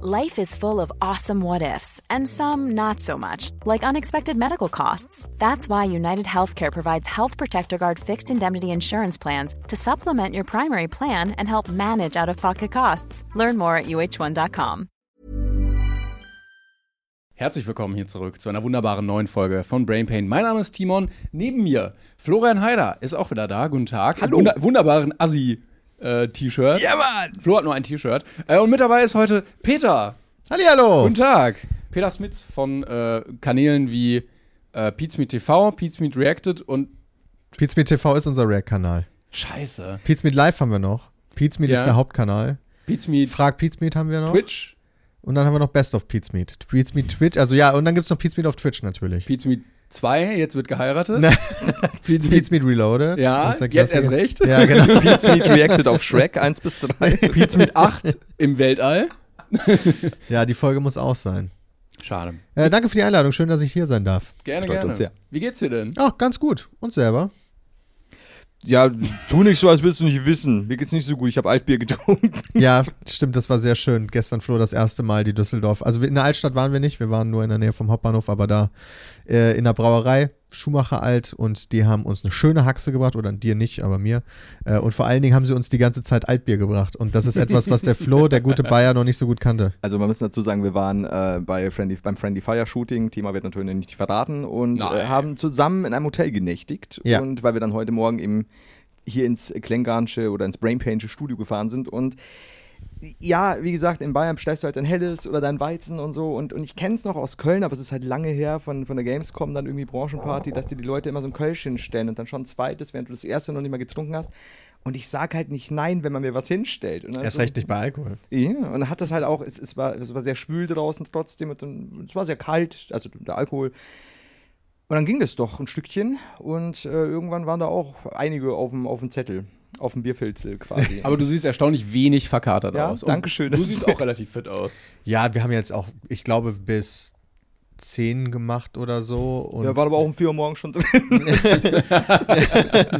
Life is full of awesome what ifs, and some not so much, like unexpected medical costs. That's why United Healthcare provides Health Protector Guard fixed indemnity insurance plans to supplement your primary plan and help manage out of pocket costs. Learn more at uh1.com. Herzlich willkommen hier zurück zu einer wunderbaren neuen Folge von Brain Pain. Mein Name ist Timon, neben mir Florian Heider ist auch wieder da. Guten Tag. Hallo. Wunder wunderbaren Assi. Äh, T-Shirt. Ja, Mann! Flo hat nur ein T-Shirt. Äh, und mit dabei ist heute Peter. Hallihallo! Guten Tag. Peter Smits von äh, Kanälen wie äh, Pizmeet TV, Pizmeet Reacted und Pizmeet TV ist unser React-Kanal. Scheiße. Pizmeet Live haben wir noch. Pizmeet Ja. ist der Hauptkanal. Pizmeet Frag Pizmeet haben wir noch. Twitch, Und dann haben wir noch Best of Pizmeet. Pizmeet Twitch, also ja, und dann gibt's noch Pizmeet auf Twitch natürlich. Pizmeet 2, jetzt wird geheiratet. Ne. Pizmeet, Pizmeet Reloaded. Ja, das ist der jetzt erst Klassiker. recht. Ja, genau. Pizmeet reacted auf Shrek 1 bis 3. Pizmeet 8 im Weltall. ja, die Folge muss aus sein. Schade. Äh, danke für die Einladung, schön, dass ich hier sein darf. Gerne, Freut gerne. uns sehr. Wie geht's dir denn? Ach, ganz gut. Und selber? Ja, tu nicht so, als willst du nicht wissen. Mir geht's nicht so gut. Ich habe Altbier getrunken. Ja, stimmt, das war sehr schön. Gestern Flo das erste Mal die Düsseldorf. Also in der Altstadt waren wir nicht, wir waren nur in der Nähe vom Hauptbahnhof, aber da äh, in der Brauerei, Schumacher alt und die haben uns eine schöne Haxe gebracht, oder dir nicht, aber mir. Äh, und vor allen Dingen haben sie uns die ganze Zeit Altbier gebracht. Und das ist etwas, was der Flo, der gute Bayer, noch nicht so gut kannte. Also, wir müssen dazu sagen, wir waren äh, bei Friendly, beim Friendly Fire Shooting. Thema wird natürlich nicht verraten. Und Nein. äh, haben zusammen in einem Hotel genächtigt. Ja. Und weil wir dann heute Morgen im, hier ins Klengarnsche oder ins Brainpainsche Studio gefahren sind. Und ja, wie gesagt, in Bayern bestellst du halt dein Helles oder dein Weizen und so. Und, und ich kenne es noch aus Köln, aber es ist halt lange her von, von der Gamescom, dann irgendwie Branchenparty, dass dir die Leute immer so ein Kölsch hinstellen und dann schon ein zweites, während du das erste noch nicht mal getrunken hast. Und ich sag halt nicht nein, wenn man mir was hinstellt. Und dann so- nicht bei Alkohol. ja, und dann hat das halt auch, es, es, war, es war sehr schwül draußen trotzdem und dann, es war sehr kalt, also der Alkohol. Und dann ging das doch ein Stückchen und äh, irgendwann waren da auch einige auf dem, auf dem Zettel, auf dem Bierfilzel quasi. Aber du siehst erstaunlich wenig verkatert Ja, aus. Und danke schön, Du dass siehst du- auch relativ fit aus. Ja, wir haben jetzt auch, ich glaube, bis 10 gemacht oder so. Und ja, war aber auch um 4 Uhr morgens schon drin.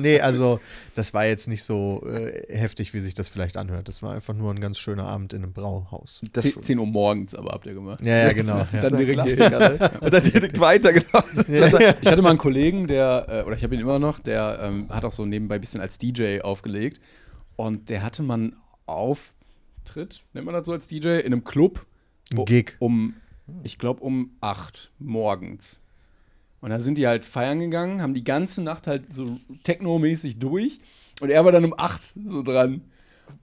nee, also das war jetzt nicht so äh, heftig, wie sich das vielleicht anhört. Das war einfach nur ein ganz schöner Abend in einem Brauhaus. Das 10, 10 Uhr morgens aber habt ihr gemacht. Ja, ja, genau. Das ist Ja. Dann ein direkt- Klassiker, ne? Und dann direkt weiter, genau. Das ist- Ich hatte mal einen Kollegen, der, äh, oder ich habe ihn immer noch, der ähm, hat auch so nebenbei ein bisschen als DJ aufgelegt. Und der hatte mal einen Auftritt, nennt man das so als DJ, in einem Club. Ein Gig. Um, ich glaube, um 8 morgens. Und da sind die halt feiern gegangen, haben die ganze Nacht halt so technomäßig durch. Und er war dann um 8 so dran.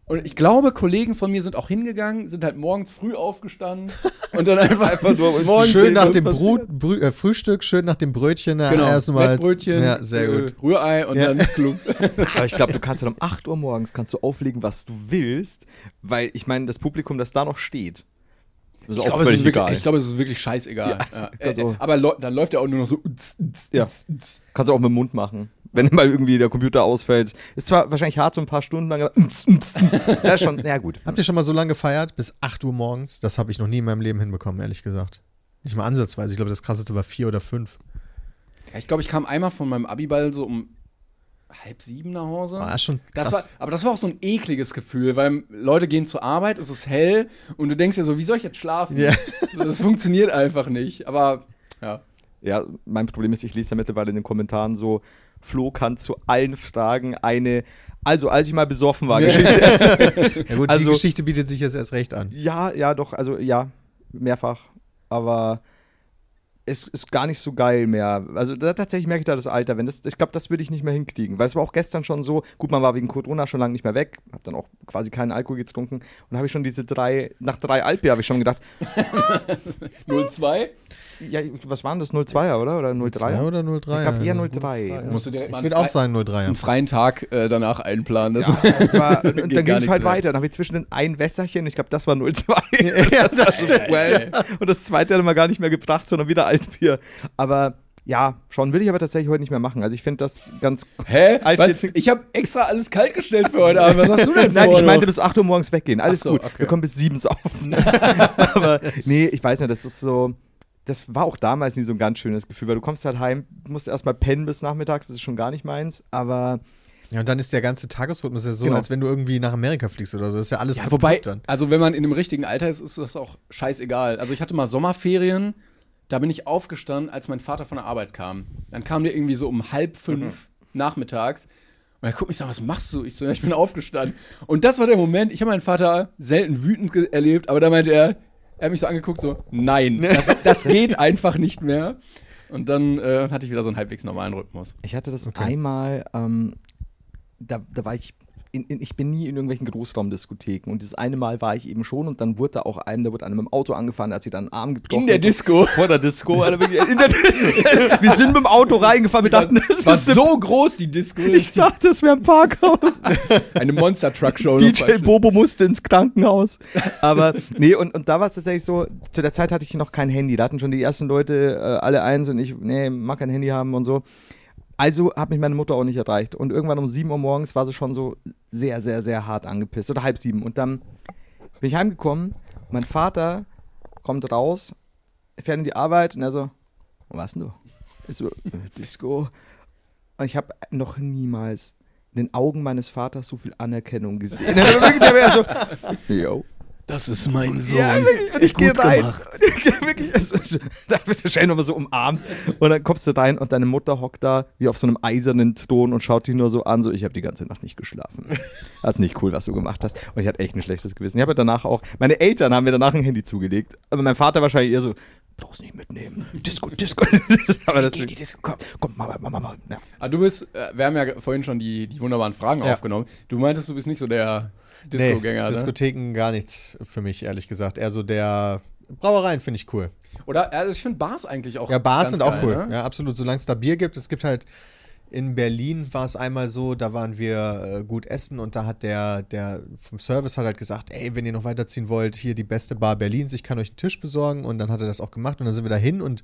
Und ich glaube, Kollegen von mir sind auch hingegangen, sind halt morgens früh aufgestanden und dann einfach, einfach um nur morgens schön nach sehen, dem was Brut, Brü äh, Frühstück, schön nach dem Brötchen. na, Genau, erst mal- Mettbrötchen, Ja, sehr äh, gut. Rührei und Ja. dann Club. Aber ich glaube, du kannst halt um 8 Uhr morgens kannst du auflegen, was du willst, weil ich meine, das Publikum, das da noch steht. Ich glaube, es, ist wirklich- ich glaube, es ist wirklich scheißegal. Ja. Äh, also- äh, aber leu- dann läuft er auch nur noch so. Uz, uz, Ja. uz, uz. Kannst du auch mit dem Mund machen, wenn mal irgendwie der Computer ausfällt. Ist zwar wahrscheinlich hart, so ein paar Stunden lang, aber ja, schon, ja gut. Habt ihr schon mal so lange gefeiert? Bis 8 Uhr morgens? Das habe ich noch nie in meinem Leben hinbekommen, ehrlich gesagt. Nicht mal ansatzweise. Ich glaube, das krasseste war vier oder fünf. Ja, ich glaube, ich kam einmal von meinem Abiball so um halb sieben nach Hause. War schon krass. Das war, aber das war auch so ein ekliges Gefühl, weil Leute gehen zur Arbeit, es ist hell und du denkst dir so, wie soll ich jetzt schlafen? Ja. Das funktioniert einfach nicht. Aber ja. Ja, mein Problem ist, ich lese ja mittlerweile in den Kommentaren so, Flo kann zu allen Fragen eine, also als ich mal besoffen war, Geschichte erzählen. ja, gut, also- die Geschichte bietet sich jetzt erst recht an. Ja, ja, doch, also ja, mehrfach. Aber es ist gar nicht so geil mehr. Also da, tatsächlich merke ich da das Alter. Wenn das, ich glaube, das würde ich nicht mehr hinkriegen. Weil es war auch gestern schon so, gut, man war wegen Corona schon lange nicht mehr weg, habe dann auch quasi keinen Alkohol getrunken und da habe ich schon diese drei, nach drei Altbier habe ich schon gedacht, 02 ja, was waren das, 02er oder? Oder 03er? Zwei oder 03? Ich glaube eher Ja, 03. ja. musst du direkt mal Ich einen, würde auch frei- sagen 03. einen freien Tag äh, danach einplanen. Das Das war, und Geht dann ging gar es nichts halt mehr. weiter. Dann habe ich zwischen den ein Wässerchen, ich glaube, das war 02. ja, das stimmt. well. Und das zweite hat er mal gar nicht mehr gebracht, sondern wieder Altbier. Aber ja, schon will ich aber tatsächlich heute nicht mehr machen. Also ich finde das ganz. Hä? Alter, Was? Ich habe extra alles kalt gestellt für heute Abend. Was hast du denn Nein, vor ich meinte noch? bis 8 Uhr morgens weggehen. Alles Ach so, gut. okay. Wir kommen bis 7 saufen. aber nee, ich weiß nicht, das ist so. Das war auch damals nie so ein ganz schönes Gefühl, weil du kommst halt heim, musst erstmal pennen bis nachmittags, das ist schon gar nicht meins. Aber Ja, und dann ist der ganze Tagesrhythmus ja so, Genau. als wenn du irgendwie nach Amerika fliegst oder so. Das ist ja alles Ja, kaputt wobei, dann. also wenn man in dem richtigen Alter ist, ist das auch scheißegal. Also ich hatte mal Sommerferien, da bin ich aufgestanden, als mein Vater von der Arbeit kam. Dann kam der irgendwie so um halb fünf nachmittags und er guckt mich so, an, was machst du? Ich so, ja, ich bin aufgestanden. Und das war der Moment, ich habe meinen Vater selten wütend ge- erlebt, aber da meinte er, er hat mich so angeguckt, so, nein, das, das geht einfach nicht mehr. Und dann äh, hatte ich wieder so einen halbwegs normalen Rhythmus. Ich hatte das Okay. einmal, ähm, da, da war ich, in, in, ich bin nie in irgendwelchen Großraumdiskotheken und dieses eine Mal war ich eben schon und dann wurde da auch einem, da wurde einem im Auto angefahren, als sie dann einen Arm gebrochen In der und so. Disco. Vor der Disco. Alter, bin ich in der, wir sind mit dem Auto reingefahren, wir dachten, das war ist eine- so groß, die Disco. ich dachte, das wäre ein Parkhaus. Eine Monster-Truck-Show. DJ Bobo musste ins Krankenhaus. Aber nee, und, und da war es tatsächlich so, zu der Zeit hatte ich noch kein Handy. Da hatten schon die ersten Leute äh, alle eins und ich, nee, mag kein Handy haben und so. Also hat mich meine Mutter auch nicht erreicht. Und irgendwann um 7 Uhr morgens war sie schon so sehr, sehr, sehr hart angepisst. Oder halb sieben. Und dann bin ich heimgekommen, mein Vater kommt raus, fährt in die Arbeit und er so, wo warst denn du? Ist so, äh, Disco. Und ich habe noch niemals in den Augen meines Vaters so viel Anerkennung gesehen. Also Der wäre so, yo. Das ist mein Sohn. Ja, wirklich. Und ich gehe rein. Und ich gehe wirklich, es ist, da bist du schnell nochmal so umarmt. Und dann kommst du rein und deine Mutter hockt da wie auf so einem eisernen Thron und schaut dich nur so an, so ich habe die ganze Nacht nicht geschlafen. Das ist nicht cool, was du gemacht hast. Und ich hatte echt ein schlechtes Gewissen. Ich habe danach auch, meine Eltern haben mir danach ein Handy zugelegt. Aber mein Vater wahrscheinlich eher so, bloß nicht mitnehmen. Disco, Disco. Aber das die Disco, komm, komm, Mama, Mama, Mama. Ja. Ah, du bist, äh, wir haben ja vorhin schon die, die wunderbaren Fragen Ja. aufgenommen. Du meintest, du bist nicht so der Nee, Disco-Gänger, ne? Diskotheken gar nichts für mich, ehrlich gesagt. Eher so der Brauereien finde ich cool. Oder? Also ich finde Bars eigentlich auch Ja, Bars ganz sind auch geil, cool. Ne? Ja, absolut. Solange es da Bier gibt, es gibt halt. In Berlin war es einmal so, da waren wir äh, gut essen und da hat der, der vom Service hat halt gesagt, ey, wenn ihr noch weiterziehen wollt, hier die beste Bar Berlins, ich kann euch einen Tisch besorgen und dann hat er das auch gemacht und dann sind wir da hin und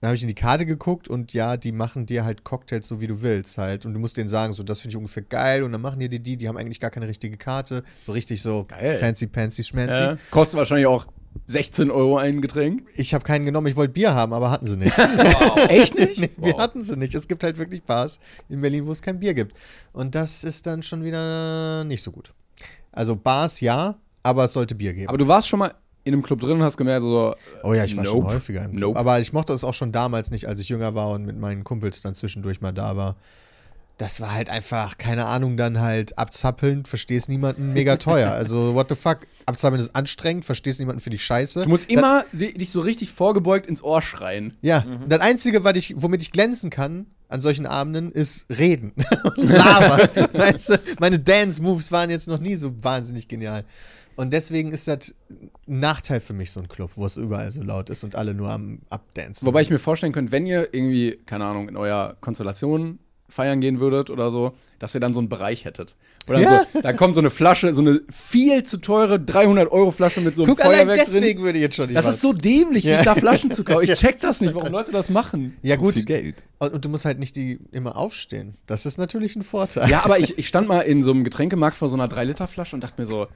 dann habe ich in die Karte geguckt und ja, die machen dir halt Cocktails so wie du willst halt und du musst denen sagen, so das finde ich ungefähr geil und dann machen dir die die, die haben eigentlich gar keine richtige Karte, so richtig so Geil. fancy fancy schmancy. Ja. Kostet wahrscheinlich auch 16 Euro ein Getränk. Ich habe keinen genommen, ich wollte Bier haben, aber hatten sie nicht. Echt nicht? Nee, wir hatten sie nicht. Es gibt halt wirklich Bars in Berlin, wo es kein Bier gibt. Und das ist dann schon wieder nicht so gut. Also Bars ja, aber es sollte Bier geben. Aber du warst schon mal in einem Club drin und hast gemerkt, so. oh ja, ich war schon Nope. häufiger im Club. Nope. Aber ich mochte es auch schon damals nicht, als ich jünger war und mit meinen Kumpels dann zwischendurch mal da war. Das war halt einfach, keine Ahnung, dann halt abzappeln, verstehst niemanden, mega teuer. Also what the fuck, abzappeln ist anstrengend, verstehst niemanden, finde ich scheiße. Du musst immer di- dich so richtig vorgebeugt ins Ohr schreien. Ja, das Einzige, was ich, womit ich glänzen kann an solchen Abenden, ist reden und labern. weißt du, meine Dance-Moves waren jetzt noch nie so wahnsinnig genial. Und deswegen ist das ein Nachteil für mich, so ein Club, wo es überall so laut ist und alle nur am Abdancen. Wobei ich mir vorstellen könnte, wenn ihr irgendwie, keine Ahnung, in eurer Konstellation feiern gehen würdet oder so, dass ihr dann so einen Bereich hättet. Oder Ja. so, da kommt so eine Flasche, so eine viel zu teure 300-Euro-Flasche mit so einem Guck, allein Feuerwerk drin. deswegen würde ich jetzt schon die Das Wahl- ist so dämlich, Ja. sich da Flaschen zu kaufen. Ich check das nicht, warum Leute das machen. Ja, gut. Viel Geld. Und, und du musst halt nicht die immer aufstehen. Das ist natürlich ein Vorteil. Ja, aber ich, ich stand mal in so einem Getränkemarkt vor so einer 3-Liter-Flasche und dachte mir so,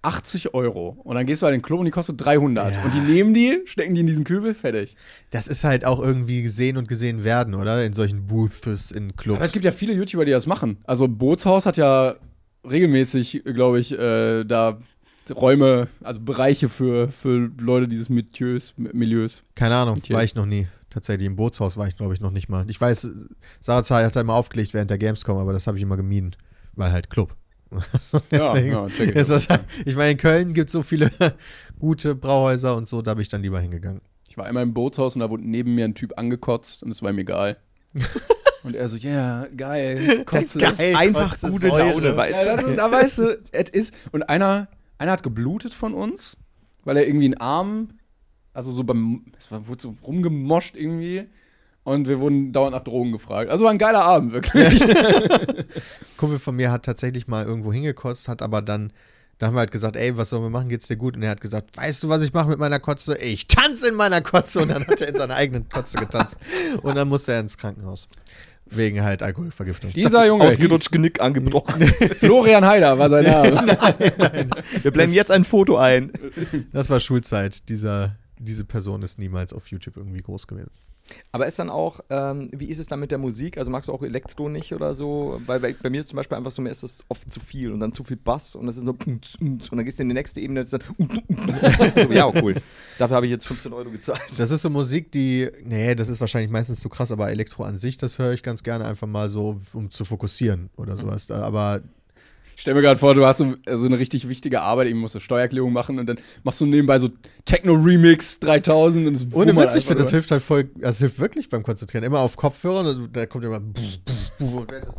80 Euro. Und dann gehst du an den Klo und die kostet 300. Ja. Und die nehmen die, stecken die in diesen Kübel, fertig. Das ist halt auch irgendwie gesehen und gesehen werden, oder? In solchen Booths, in Clubs. Aber es gibt ja viele YouTuber, die das machen. Also Bootshaus hat ja regelmäßig, glaube ich, äh, da Räume, also Bereiche für, für Leute dieses Milieus. Milieus. Keine Ahnung, Tier. war ich noch nie. Tatsächlich im Bootshaus war ich, glaube ich, noch nicht mal. Ich weiß, Sarazai hat da immer aufgelegt während der Gamescom, aber das habe ich immer gemieden, weil halt Club. Ja, Deswegen ja, check ich. ist das, halt, ich meine, in Köln gibt es so viele gute Brauhäuser und so, da bin ich dann lieber hingegangen. Ich war einmal im Bootshaus und da wurde neben mir ein Typ angekotzt und es war ihm egal. und er so, ja, geil, kostet Das ist Ey, Einfach Kotze, gute Säure. Laune, weißt Ja, du. das ist, da weißt du, es ist. Und einer, einer hat geblutet von uns, weil er irgendwie einen Arm, also so beim, es war, wurde so rumgemoscht irgendwie. Und wir wurden dauernd nach Drogen gefragt. Also war ein geiler Abend, wirklich. Kumpel von mir hat tatsächlich mal irgendwo hingekotzt, hat aber dann, da haben wir halt gesagt, ey, was sollen wir machen, geht's dir gut? Und er hat gesagt, weißt du, was ich mache mit meiner Kotze? Ich tanze in meiner Kotze. Und dann hat er in seiner eigenen Kotze getanzt. Und dann musste er ins Krankenhaus. Wegen halt Alkoholvergiftung. Dieser Junge, Ausgerutscht, Genick angebrochen. hieß Florian Haider war sein Name. Wir blenden jetzt ein Foto ein. Das war Schulzeit. Dieser, diese Person ist niemals auf YouTube irgendwie groß gewesen. Aber ist dann auch, ähm, wie ist es dann mit der Musik? Also magst du auch Elektro nicht oder so? Weil bei, bei mir ist zum Beispiel einfach so, mir ist das oft zu viel und dann zu viel Bass und das ist so unz, unz, und dann gehst du in die nächste Ebene und ist dann unz, unz. So, ja, auch cool. Dafür habe ich jetzt 15 Euro gezahlt. Das ist so Musik, die, nee, das ist wahrscheinlich meistens zu krass, aber Elektro an sich, das höre ich ganz gerne einfach mal so, um zu fokussieren oder sowas. Aber Ich stell mir gerade vor, du hast so, so eine richtig wichtige Arbeit, eben musst du Steuererklärung machen und dann machst du nebenbei so Techno-Remix 3000 und es ohne wummert Witz, ich einfach finde, das nur. hilft halt voll, das hilft wirklich beim Konzentrieren. Immer auf Kopfhörer, und da kommt immer, buh, buh, buh, und während das-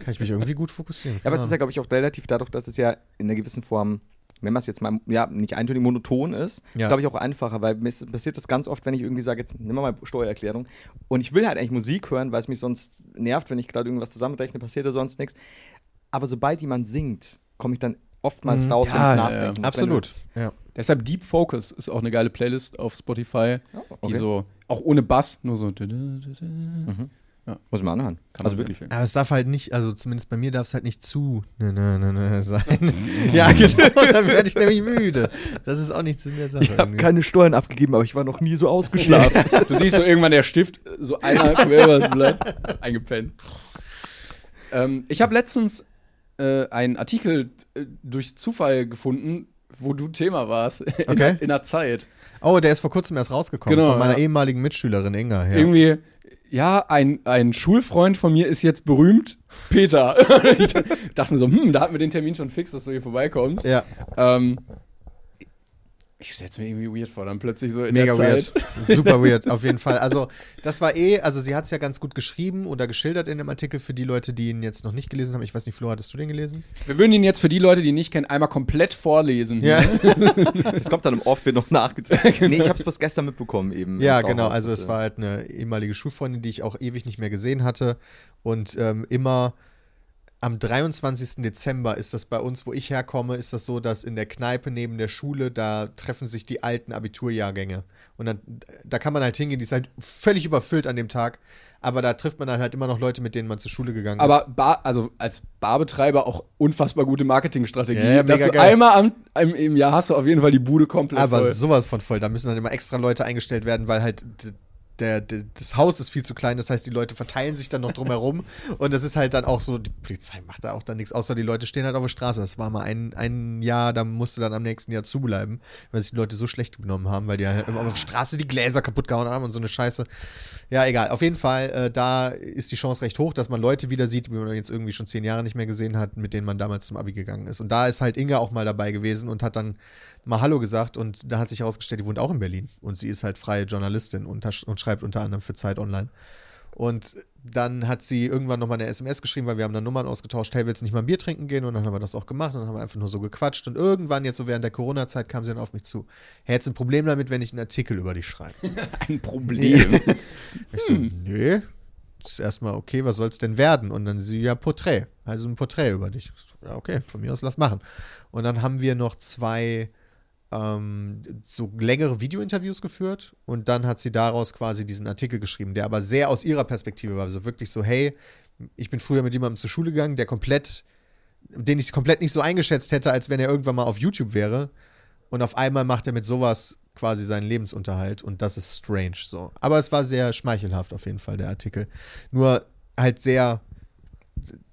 kann ich mich irgendwie gut fokussieren. Ja, aber keine es ist ja, glaube ich, auch relativ dadurch, dass es ja in einer gewissen Form, wenn man es jetzt mal, ja, nicht eintönig monoton ist, ist, Ja. glaube ich, auch einfacher, weil mir ist- passiert das ganz oft, wenn ich irgendwie sage, jetzt nimm mal meine Steuererklärung und ich will halt eigentlich Musik hören, weil es mich sonst nervt, wenn ich gerade irgendwas zusammenrechne, passiert ja sonst nichts. Aber sobald jemand singt, komme ich dann oftmals raus, wenn Ja, ja, ich nachdenken ja. muss, wenn Absolut. du- Ja. Deshalb Deep Focus ist auch eine geile Playlist auf Spotify, Ja, die okay. so, auch ohne Bass, nur so. Kann Muss ich mal anhören. man also wirklich. empfehlen. Aber es darf halt nicht, also zumindest bei mir darf es halt nicht zu ne, ne, ne, ne, sein. ja, genau, dann werde ich nämlich müde. Das ist auch nicht Sinn der Sache. hab irgendwie. keine Steuern abgegeben, aber ich war noch nie so ausgeschlafen. Du siehst so irgendwann der Stift, äh, so einer quer über das Blatt, eingepennt. Ähm, ich habe letztens äh, einen Artikel äh, durch Zufall gefunden, wo du Thema warst, in, Okay. in der Zeit. Oh, der ist vor kurzem erst rausgekommen. Genau, von meiner ja. ehemaligen Mitschülerin Inga. Ja. Irgendwie, ja, ein, ein Schulfreund von mir ist jetzt berühmt, Peter. ich dachte mir so, hm, da hatten wir den Termin schon fix, dass du hier vorbeikommst. ja, Ähm, ich stell's mir irgendwie weird vor, dann plötzlich so in mega der Zeit. weird. Super weird, auf jeden Fall. Also, das war eh, also sie hat es ja ganz gut geschrieben oder geschildert in dem Artikel für die Leute, die ihn jetzt noch nicht gelesen haben. Ich weiß nicht, Flo, hattest du den gelesen? Wir würden ihn jetzt für die Leute, die ihn nicht kennen, einmal komplett vorlesen. Ja, Das kommt dann im Off, wird noch nachgezogen. nee, ich hab's bis gestern mitbekommen eben. ja Im genau. Brauhaus, Also, das, es äh, war halt eine ehemalige Schulfreundin, die ich auch ewig nicht mehr gesehen hatte. Und ähm, immer. Am 23. Dezember ist das bei uns, wo ich herkomme, ist das so, dass in der Kneipe neben der Schule, da treffen sich die alten Abiturjahrgänge. Und dann, da kann man halt hingehen, die ist halt völlig überfüllt an dem Tag. Aber da trifft man dann halt immer noch Leute, mit denen man zur Schule gegangen ist. Aber Bar, also als Barbetreiber auch unfassbar gute Marketingstrategie. Ja, ja, dass mega du geil. einmal am, im, im Jahr hast du auf jeden Fall die Bude komplett Aber voll. sowas von voll. Da müssen dann immer extra Leute eingestellt werden, weil halt d- der, der, das Haus ist viel zu klein. Das heißt, die Leute verteilen sich dann noch drumherum. und das ist halt dann auch so, die Polizei macht da auch dann nichts, außer die Leute stehen halt auf der Straße. Das war mal ein, ein Jahr, da musste dann am nächsten Jahr zubleiben, weil sich die Leute so schlecht benommen haben, weil die halt immer auf der Straße die Gläser kaputt gehauen haben und so eine Scheiße. Ja, egal. Auf jeden Fall, äh, da ist die Chance recht hoch, dass man Leute wieder sieht, die man jetzt irgendwie schon zehn Jahre nicht mehr gesehen hat, mit denen man damals zum Abi gegangen ist. Und da ist halt Inga auch mal dabei gewesen und hat dann mal Hallo gesagt und da hat sich herausgestellt, die wohnt auch in Berlin und sie ist halt freie Journalistin und, tasch- und schreibt unter anderem für Zeit Online. Und dann hat sie irgendwann nochmal eine SMS geschrieben, weil wir haben dann Nummern ausgetauscht, hey, willst du nicht mal ein Bier trinken gehen? Und dann haben wir das auch gemacht und dann haben wir einfach nur so gequatscht. Und irgendwann, jetzt so während der Corona-Zeit, kam sie dann auf mich zu. Hey, jetzt ein Problem damit, wenn ich einen Artikel über dich schreibe. ein Problem. Ich so, nee, ist erstmal okay, was soll's denn werden? Und dann sie, ja, Porträt, also ein Porträt über dich. Ich so, Ja, okay, von mir aus lass machen. Und dann haben wir noch zwei ähm, so längere Videointerviews geführt und dann hat sie daraus quasi diesen Artikel geschrieben, der aber sehr aus ihrer Perspektive war. Also wirklich so, hey, ich bin früher mit jemandem zur Schule gegangen, der komplett, den ich komplett nicht so eingeschätzt hätte, als wenn er irgendwann mal auf YouTube wäre. Und auf einmal macht er mit sowas quasi seinen Lebensunterhalt und das ist strange so. Aber es war sehr schmeichelhaft auf jeden Fall, der Artikel. Nur halt sehr,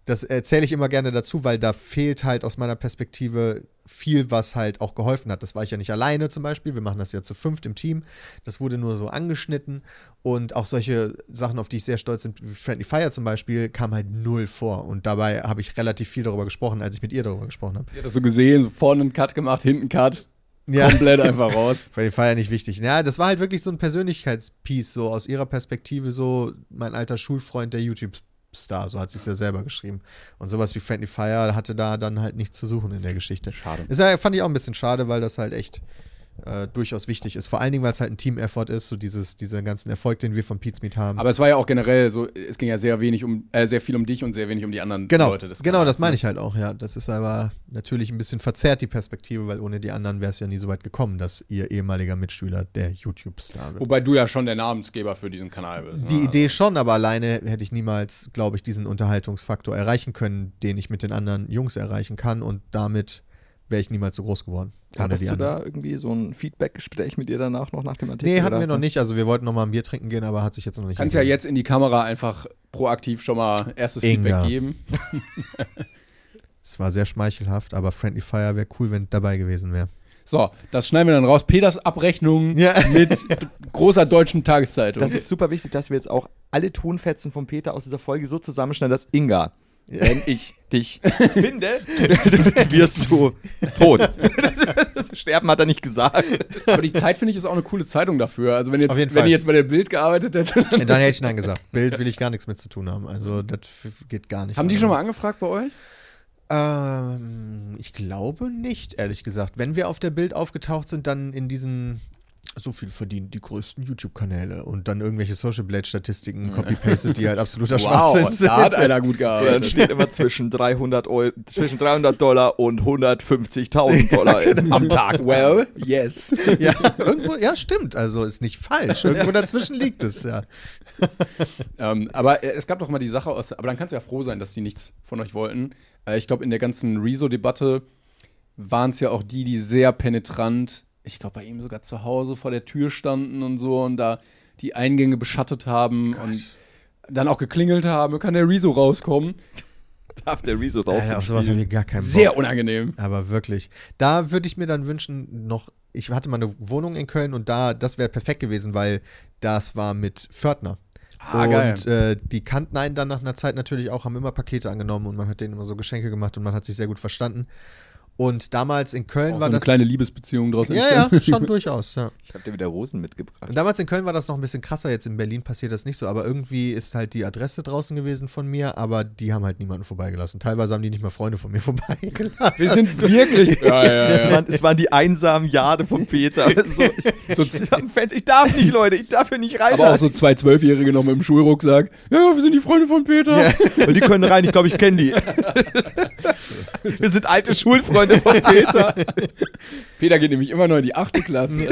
das erzähle ich immer gerne dazu, weil da fehlt halt aus meiner Perspektive viel, was halt auch geholfen hat. Das war ich ja nicht alleine zum Beispiel. Wir machen das ja zu fünft im Team. Das wurde nur so angeschnitten und auch solche Sachen, auf die ich sehr stolz bin, wie Friendly Fire zum Beispiel, kam halt null vor. Und dabei habe ich relativ viel darüber gesprochen, als ich mit ihr darüber gesprochen habe. Ich hab das so gesehen, so vorne einen Cut gemacht, hinten einen Cut. Ja. Komplett einfach raus. Freddy Fire nicht wichtig. Ja, das war halt wirklich so ein Persönlichkeitspiece, so aus ihrer Perspektive, so mein alter Schulfreund, der YouTube-Star, so hat sie es ja selber geschrieben. Und sowas wie Friendly Fire hatte da dann halt nichts zu suchen in der Geschichte. Schade. Das äh, fand ich auch ein bisschen schade, weil das halt echt äh, durchaus wichtig ist. Vor allen Dingen, weil es halt ein Team-Effort ist, so dieses, dieser ganzen Erfolg, den wir von Pete's Meet haben. Aber es war ja auch generell so, es ging ja sehr wenig um, äh, sehr viel um dich und sehr wenig um die anderen genau, Leute. des genau, Kanals, das meine ne? ich halt auch, ja. Das ist aber natürlich ein bisschen verzerrt, die Perspektive, weil ohne die anderen wäre es ja nie so weit gekommen, dass ihr ehemaliger Mitschüler der YouTube-Star wird. Wobei du ja schon der Namensgeber für diesen Kanal bist. Die ne? Idee schon, aber alleine hätte ich niemals, glaube ich, diesen Unterhaltungsfaktor erreichen können, den ich mit den anderen Jungs erreichen kann. Und damit wäre ich niemals so groß geworden. ohne die Hattest du anderen. da irgendwie so ein Feedback-Gespräch mit ihr danach noch nach dem Artikel? Nee, hatten oder wir hast noch du- nicht. Also wir wollten noch mal ein Bier trinken gehen, aber hat sich jetzt noch nicht. Kannst ja ergeben. jetzt in die Kamera einfach proaktiv schon mal erstes Inga. Feedback geben. Es war sehr schmeichelhaft, aber Friendly Fire wäre cool, wenn dabei gewesen wäre. So, das schneiden wir dann raus. Peters Abrechnung Ja. mit großer deutschen Tageszeitung. Das ist super wichtig, dass wir jetzt auch alle Tonfetzen von Peter aus dieser Folge so zusammenschneiden, dass Inga, wenn ich dich finde, wirst du tot. Sterben hat er nicht gesagt. Aber die Zeit, finde ich, ist auch eine coole Zeitung dafür. Also, wenn, jetzt, Auf jeden wenn Fall. ihr jetzt bei der Bild gearbeitet hättet, dann Dann hätte ich nein gesagt. Bild will ich gar nichts mit zu tun haben. Also das f- geht gar nicht. Haben die schon mal angefragt bei euch? Ähm, ich glaube nicht, ehrlich gesagt. Wenn wir auf der Bild aufgetaucht sind, dann in diesen so viel verdienen die größten YouTube-Kanäle und dann irgendwelche Social Blade Statistiken copy-pasted, die halt absoluter Schwachsinn sind. Mhm. da hat einer gut Dann gearbeitet. steht immer zwischen 300, Euro, zwischen 300 Dollar und 150.000 Dollar am Tag. Well, yes. Ja, irgendwo, ja, stimmt. Also ist nicht falsch. Irgendwo dazwischen liegt es, ja. ähm, aber äh, es gab doch mal die Sache aus, aber dann kannst du ja froh sein, dass die nichts von euch wollten. Äh, ich glaube, in der ganzen Rezo-Debatte waren es ja auch die, die sehr penetrant, ich glaube, bei ihm sogar zu Hause vor der Tür standen und so und da die Eingänge beschattet haben und dann auch geklingelt haben, kann der Rezo rauskommen. Darf der Rezo Alter, auf sowas haben wir gar keinen Bock. Sehr unangenehm. Aber wirklich. Da würde ich mir dann wünschen, noch, ich hatte mal eine Wohnung in Köln und da, das wäre perfekt gewesen, weil das war mit Fördner. Ah, und geil. Äh, die kannten einen dann nach einer Zeit natürlich auch, haben immer Pakete angenommen und man hat denen immer so Geschenke gemacht und man hat sich sehr gut verstanden. Und damals in Köln Auch so war eine das. kleine Liebesbeziehung draus ja, ja, schon durchaus, ja. Ich hab dir wieder Rosen mitgebracht. Und damals in Köln war das noch ein bisschen krasser, jetzt in Berlin passiert das nicht so, aber irgendwie ist halt die Adresse draußen gewesen von mir, aber die haben halt niemanden vorbeigelassen. Teilweise haben die nicht mal Freunde von mir vorbeigelassen. Wir sind wirklich. Ja, ja, Es waren, es waren die einsamen Jade von Peter. So, ich, So- ich, hab Fans, ich darf nicht, Leute, ich darf hier nicht rein. Aber auch so zwei Zwölfjährige noch mit dem Schulrucksack. Ja, wir sind die Freunde von Peter. Und die können rein, ich glaube, ich kenne die. Wir sind alte Schulfreunde von Peter. Peter geht nämlich immer noch in die achte Klasse.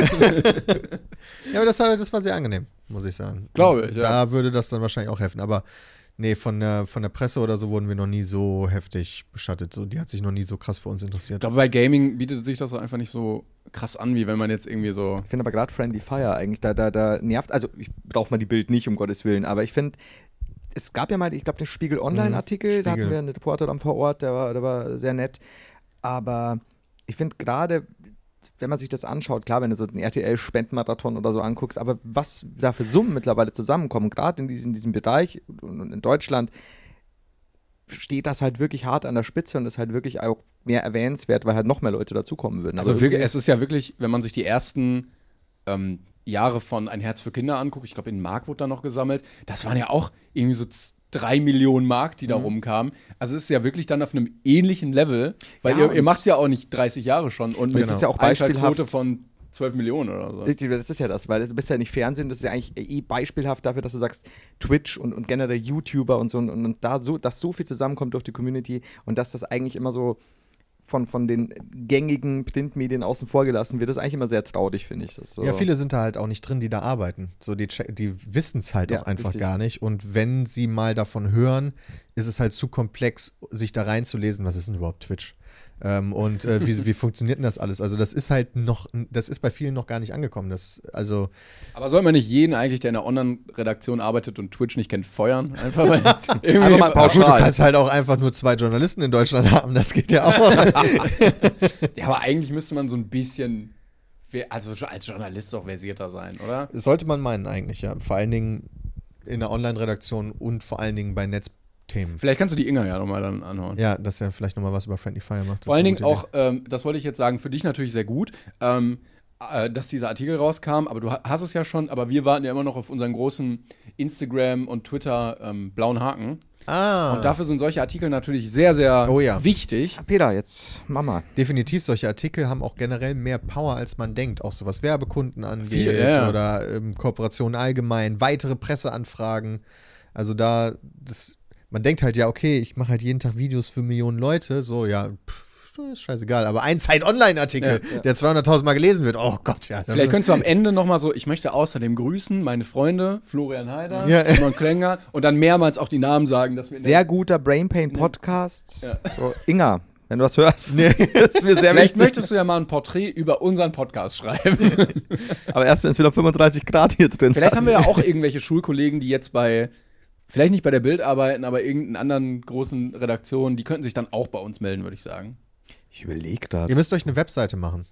Ja, aber das, war- das war sehr angenehm, muss ich sagen. Glaube ich, ja. Da würde das dann wahrscheinlich auch helfen. Aber nee, von der, von der Presse oder so wurden wir noch nie so heftig beschattet. So, die hat sich noch nie so krass für uns Ich interessiert. glaube, bei Gaming bietet sich das auch einfach nicht so krass an, wie wenn man jetzt irgendwie so. Ich finde aber gerade Friendly Fire eigentlich, da, da, da nervt, also ich brauche mal die Bild nicht, um Gottes Willen, aber ich finde, es gab ja mal, ich glaube, den Spiegel Mhm. Online-Artikel, da hatten Spiegel. wir einen Reporter dann vor Ort, der war, der war sehr nett, aber ich finde gerade, wenn man sich das anschaut, klar, wenn du so den RTL-Spendenmarathon oder so anguckst, aber was da für Summen mittlerweile zusammenkommen, gerade in diesem, in diesem Bereich und und in Deutschland, steht das halt wirklich hart an der Spitze und ist halt wirklich auch mehr erwähnenswert, weil halt noch mehr Leute dazukommen würden. Also Aber wirklich, es ist ja wirklich, wenn man sich die ersten ähm, Jahre von Ein Herz für Kinder anguckt, ich glaube, in Mark wurde da noch gesammelt, das waren ja auch irgendwie so z- drei Millionen Mark, die da Mhm. rumkamen. Also es ist ja wirklich dann auf einem ähnlichen Level, weil Ja, ihr, ihr und- macht es ja auch nicht 30 Jahre schon und es ist ja auch Einschaltquote von 12 Millionen oder so. Ich- Das ist ja das, weil du bist ja nicht Fernsehen, das ist ja eigentlich eh beispielhaft dafür, dass du sagst, Twitch und, und generell YouTuber und so und, und da so, dass so viel zusammenkommt durch die Community und dass das eigentlich immer so von, von den gängigen Printmedien außen vor gelassen wird, das ist eigentlich immer sehr traurig, finde ich. Das so. Ja, viele sind da halt auch nicht drin, die da arbeiten. So, die, check- die wissen es halt Ja, auch einfach richtig. gar nicht. Und wenn sie mal davon hören, ist es halt zu komplex, sich da reinzulesen, was ist denn überhaupt Twitch? Ähm, und äh, wie, wie funktioniert denn das alles? Also, das ist halt noch, das ist bei vielen noch gar nicht angekommen. Das, also, Aber soll man nicht jeden eigentlich, der in der Online-Redaktion arbeitet und Twitch nicht kennt, feuern? Einfach mal, irgendwie Einfach mal Aber gut, du Pauschal. kannst halt auch einfach nur zwei Journalisten in Deutschland haben, das geht ja auch. Ja, aber eigentlich müsste man so ein bisschen, wer- also schon als Journalist auch versierter sein, oder? Sollte man meinen eigentlich, ja. Vor allen Dingen in der Online-Redaktion und vor allen Dingen bei Netzthemen. Vielleicht kannst du die Inga ja nochmal dann anhauen. Ja, dass er vielleicht nochmal was über Friendly Fire macht. das Vor allen ist eine Dingen gute auch, ähm, das wollte ich jetzt sagen, für dich natürlich sehr gut, ähm, äh, dass dieser Artikel rauskam, aber du ha- hast es ja schon, aber wir warten ja immer noch auf unseren großen Instagram- und Twitter-blauen Haken. Idee. Ah, Und dafür sind solche Artikel natürlich sehr, sehr Oh ja. wichtig. Peter, jetzt Mama. definitiv, solche Artikel haben auch generell mehr Power, als man denkt. Auch so was Werbekunden angeht Viel, ja. oder ähm, Kooperationen allgemein, weitere Presseanfragen. Also da, das, man denkt halt, ja, okay, ich mache halt jeden Tag Videos für Millionen Leute. So, ja, pff, ist scheißegal. Aber ein Zeit-Online-Artikel, Ja, der 200.000 Mal gelesen wird. Oh Gott, ja. dann- Vielleicht könntest du am Ende nochmal so, ich möchte außerdem grüßen, meine Freunde, Florian Heider, Ja. Simon Klenger und dann mehrmals auch die Namen sagen, dass wir in der Sehr guter Brain Pain Podcast. So, Inga, wenn du das hörst. Das ist mir sehr Vielleicht wichtig. möchtest du ja mal ein Porträt über unseren Podcast schreiben. Aber erst, wenn es wieder 35 Grad hier drin Vielleicht haben wir ja auch irgendwelche Schulkollegen, die jetzt bei, vielleicht nicht bei der Bild arbeiten, aber irgendeinen anderen großen Redaktionen, die könnten sich dann auch bei uns melden, würde ich sagen. Ich überlege gerade. Ihr müsst euch eine Webseite machen.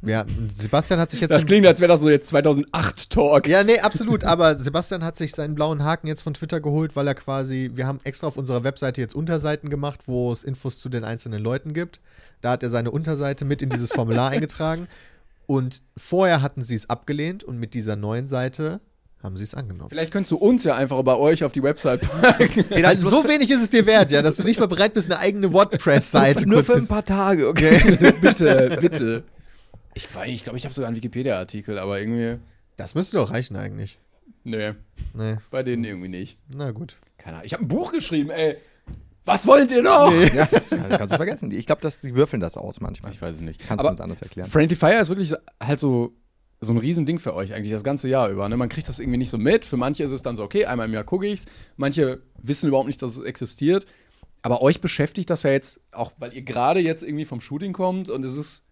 Wir, Sebastian hat sich jetzt. Das im- klingt, als wäre das so jetzt 2008-Talk. ja, nee, absolut. Aber Sebastian hat sich seinen blauen Haken jetzt von Twitter geholt, weil er quasi, wir haben extra auf unserer Webseite jetzt Unterseiten gemacht, wo es Infos zu den einzelnen Leuten gibt. Da hat er seine Unterseite mit in dieses Formular eingetragen. Und vorher hatten sie es abgelehnt und mit dieser neuen Seite haben sie es angenommen. Vielleicht könntest du uns ja einfach bei euch auf die Website packen. Also so wenig ist es dir wert, ja, dass du nicht mal bereit bist, eine eigene WordPress-Seite Nur kurz für ein hin- paar Tage, okay? bitte, bitte. Ich weiß, ich glaube, ich habe sogar einen Wikipedia-Artikel, aber irgendwie. Das müsste doch reichen eigentlich. Nee, Nee, bei denen irgendwie nicht. na gut. Keine Ahnung. Ich habe ein Buch geschrieben, ey. Was wollt ihr noch? Ja, das kannst du vergessen. Die- Ich glaube, dass- die würfeln das aus manchmal. Ich weiß es nicht. Kannst du aber mit anders erklären. Friendly Fire ist wirklich halt so, so ein Riesending für euch eigentlich das ganze Jahr über. Ne? Man kriegt das irgendwie nicht so mit. Für manche ist es dann so, okay, einmal im Jahr gucke ich's. Manche wissen überhaupt nicht, dass es existiert. Aber euch beschäftigt das ja jetzt, auch weil ihr gerade jetzt irgendwie vom Shooting kommt und es ist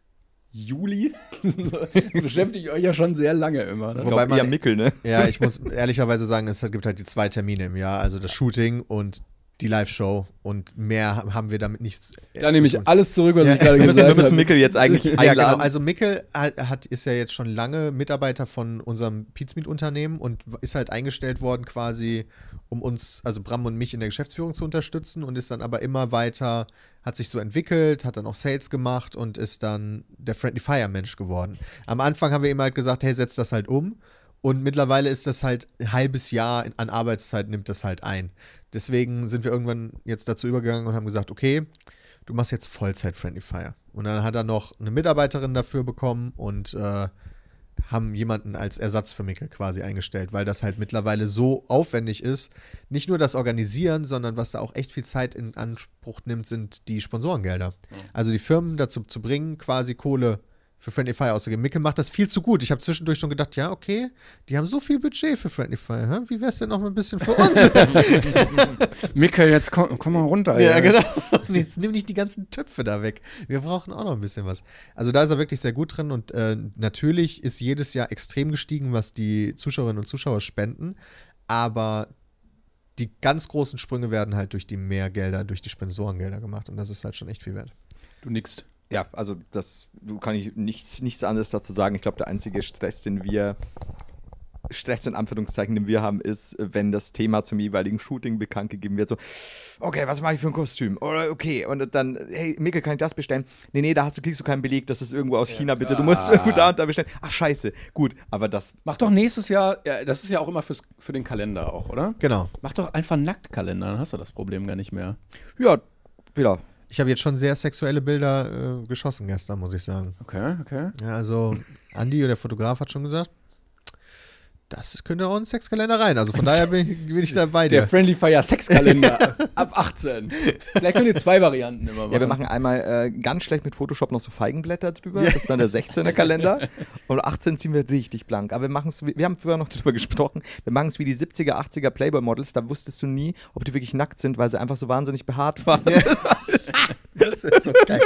Juli, Das beschäftigt euch ja schon sehr lange immer. Ne? Ich Wobei glaub, man- eher Mickel, ne? Ja, ich muss ehrlicherweise sagen, es gibt halt die zwei Termine im Jahr, also das Shooting und die Live-Show und mehr ha- haben wir damit nichts. äh, Da zu nehme ich tun. alles zurück, was Ja, ich gerade Wir müssen, gesagt wir müssen habe. Mickel jetzt eigentlich Ja, einladen. genau. Also Mickel hat, hat, ist ja jetzt schon lange Mitarbeiter von unserem Pizmeet-Unternehmen und w- ist halt eingestellt worden quasi, um uns, also Bram und mich in der Geschäftsführung zu unterstützen und ist dann aber immer weiter, hat sich so entwickelt, hat dann auch Sales gemacht und ist dann der Friendly Fire Mensch geworden. Am Anfang haben wir ihm halt gesagt, hey, setz das halt um. Und mittlerweile ist das halt ein halbes Jahr in, an Arbeitszeit nimmt das halt ein. Deswegen sind wir irgendwann jetzt dazu übergegangen und haben gesagt, okay, du machst jetzt Vollzeit Friendly Fire. Und dann hat er noch eine Mitarbeiterin dafür bekommen und äh, haben jemanden als Ersatz für Mickel quasi eingestellt, weil das halt mittlerweile so aufwendig ist. Nicht nur das Organisieren, sondern was da auch echt viel Zeit in Anspruch nimmt, sind die Sponsorengelder. Also die Firmen dazu zu bringen, quasi Kohle für Friendly Fire auszugeben. Mickel macht das viel zu gut. Ich habe zwischendurch schon gedacht, ja, okay, die haben so viel Budget für Friendly Fire. Hä? Wie wär's denn noch mal ein bisschen für uns? Mickel, jetzt komm, komm mal runter. Ja, ey. genau. Und jetzt nimm nicht die ganzen Töpfe da weg. Wir brauchen auch noch ein bisschen was. Also da ist er wirklich sehr gut drin und äh, natürlich ist jedes Jahr extrem gestiegen, was die Zuschauerinnen und Zuschauer spenden. Aber die ganz großen Sprünge werden halt durch die Mehrgelder, durch die Sponsorengelder gemacht und das ist halt schon echt viel wert. Du nickst. Ja, also das du kann ich nichts, nichts anderes dazu sagen. Ich glaube, der einzige Stress, den wir Stress in Anführungszeichen, den wir haben, ist, wenn das Thema zum jeweiligen Shooting bekannt gegeben wird, so, okay, was mache ich für ein Kostüm? Oder okay, und dann, hey, Mikkel, kann ich das bestellen? Nee, nee, da hast du, kriegst du keinen Beleg, das ist irgendwo aus China, bitte, du musst klar. irgendwo da und da bestellen. Ach, scheiße, gut, aber das, Mach doch nächstes Jahr, ja, das ist ja auch immer fürs, für den Kalender auch, oder? Genau. Mach doch einfach einen Nacktkalender, dann hast du das Problem gar nicht mehr. ja, wieder, Ich habe jetzt schon sehr sexuelle Bilder äh, geschossen gestern, muss ich sagen. Okay, okay. Ja, also Andi, der Fotograf, hat schon gesagt, das könnte auch in den Sexkalender rein. Also von daher bin ich, bin ich da bei dir. Der Friendly Fire Sexkalender ab 18. Vielleicht könnt ihr zwei Varianten immer machen. Ja, wir machen einmal äh, ganz schlecht mit Photoshop noch so Feigenblätter drüber. Das ist dann der 16er Kalender. Und 18 ziehen wir richtig blank. Aber wir machen es, wir haben früher noch drüber gesprochen, wir machen es wie die 70er, 80er Playboy-Models. Da wusstest du nie, ob die wirklich nackt sind, weil sie einfach so wahnsinnig behaart waren. Das ist so geil.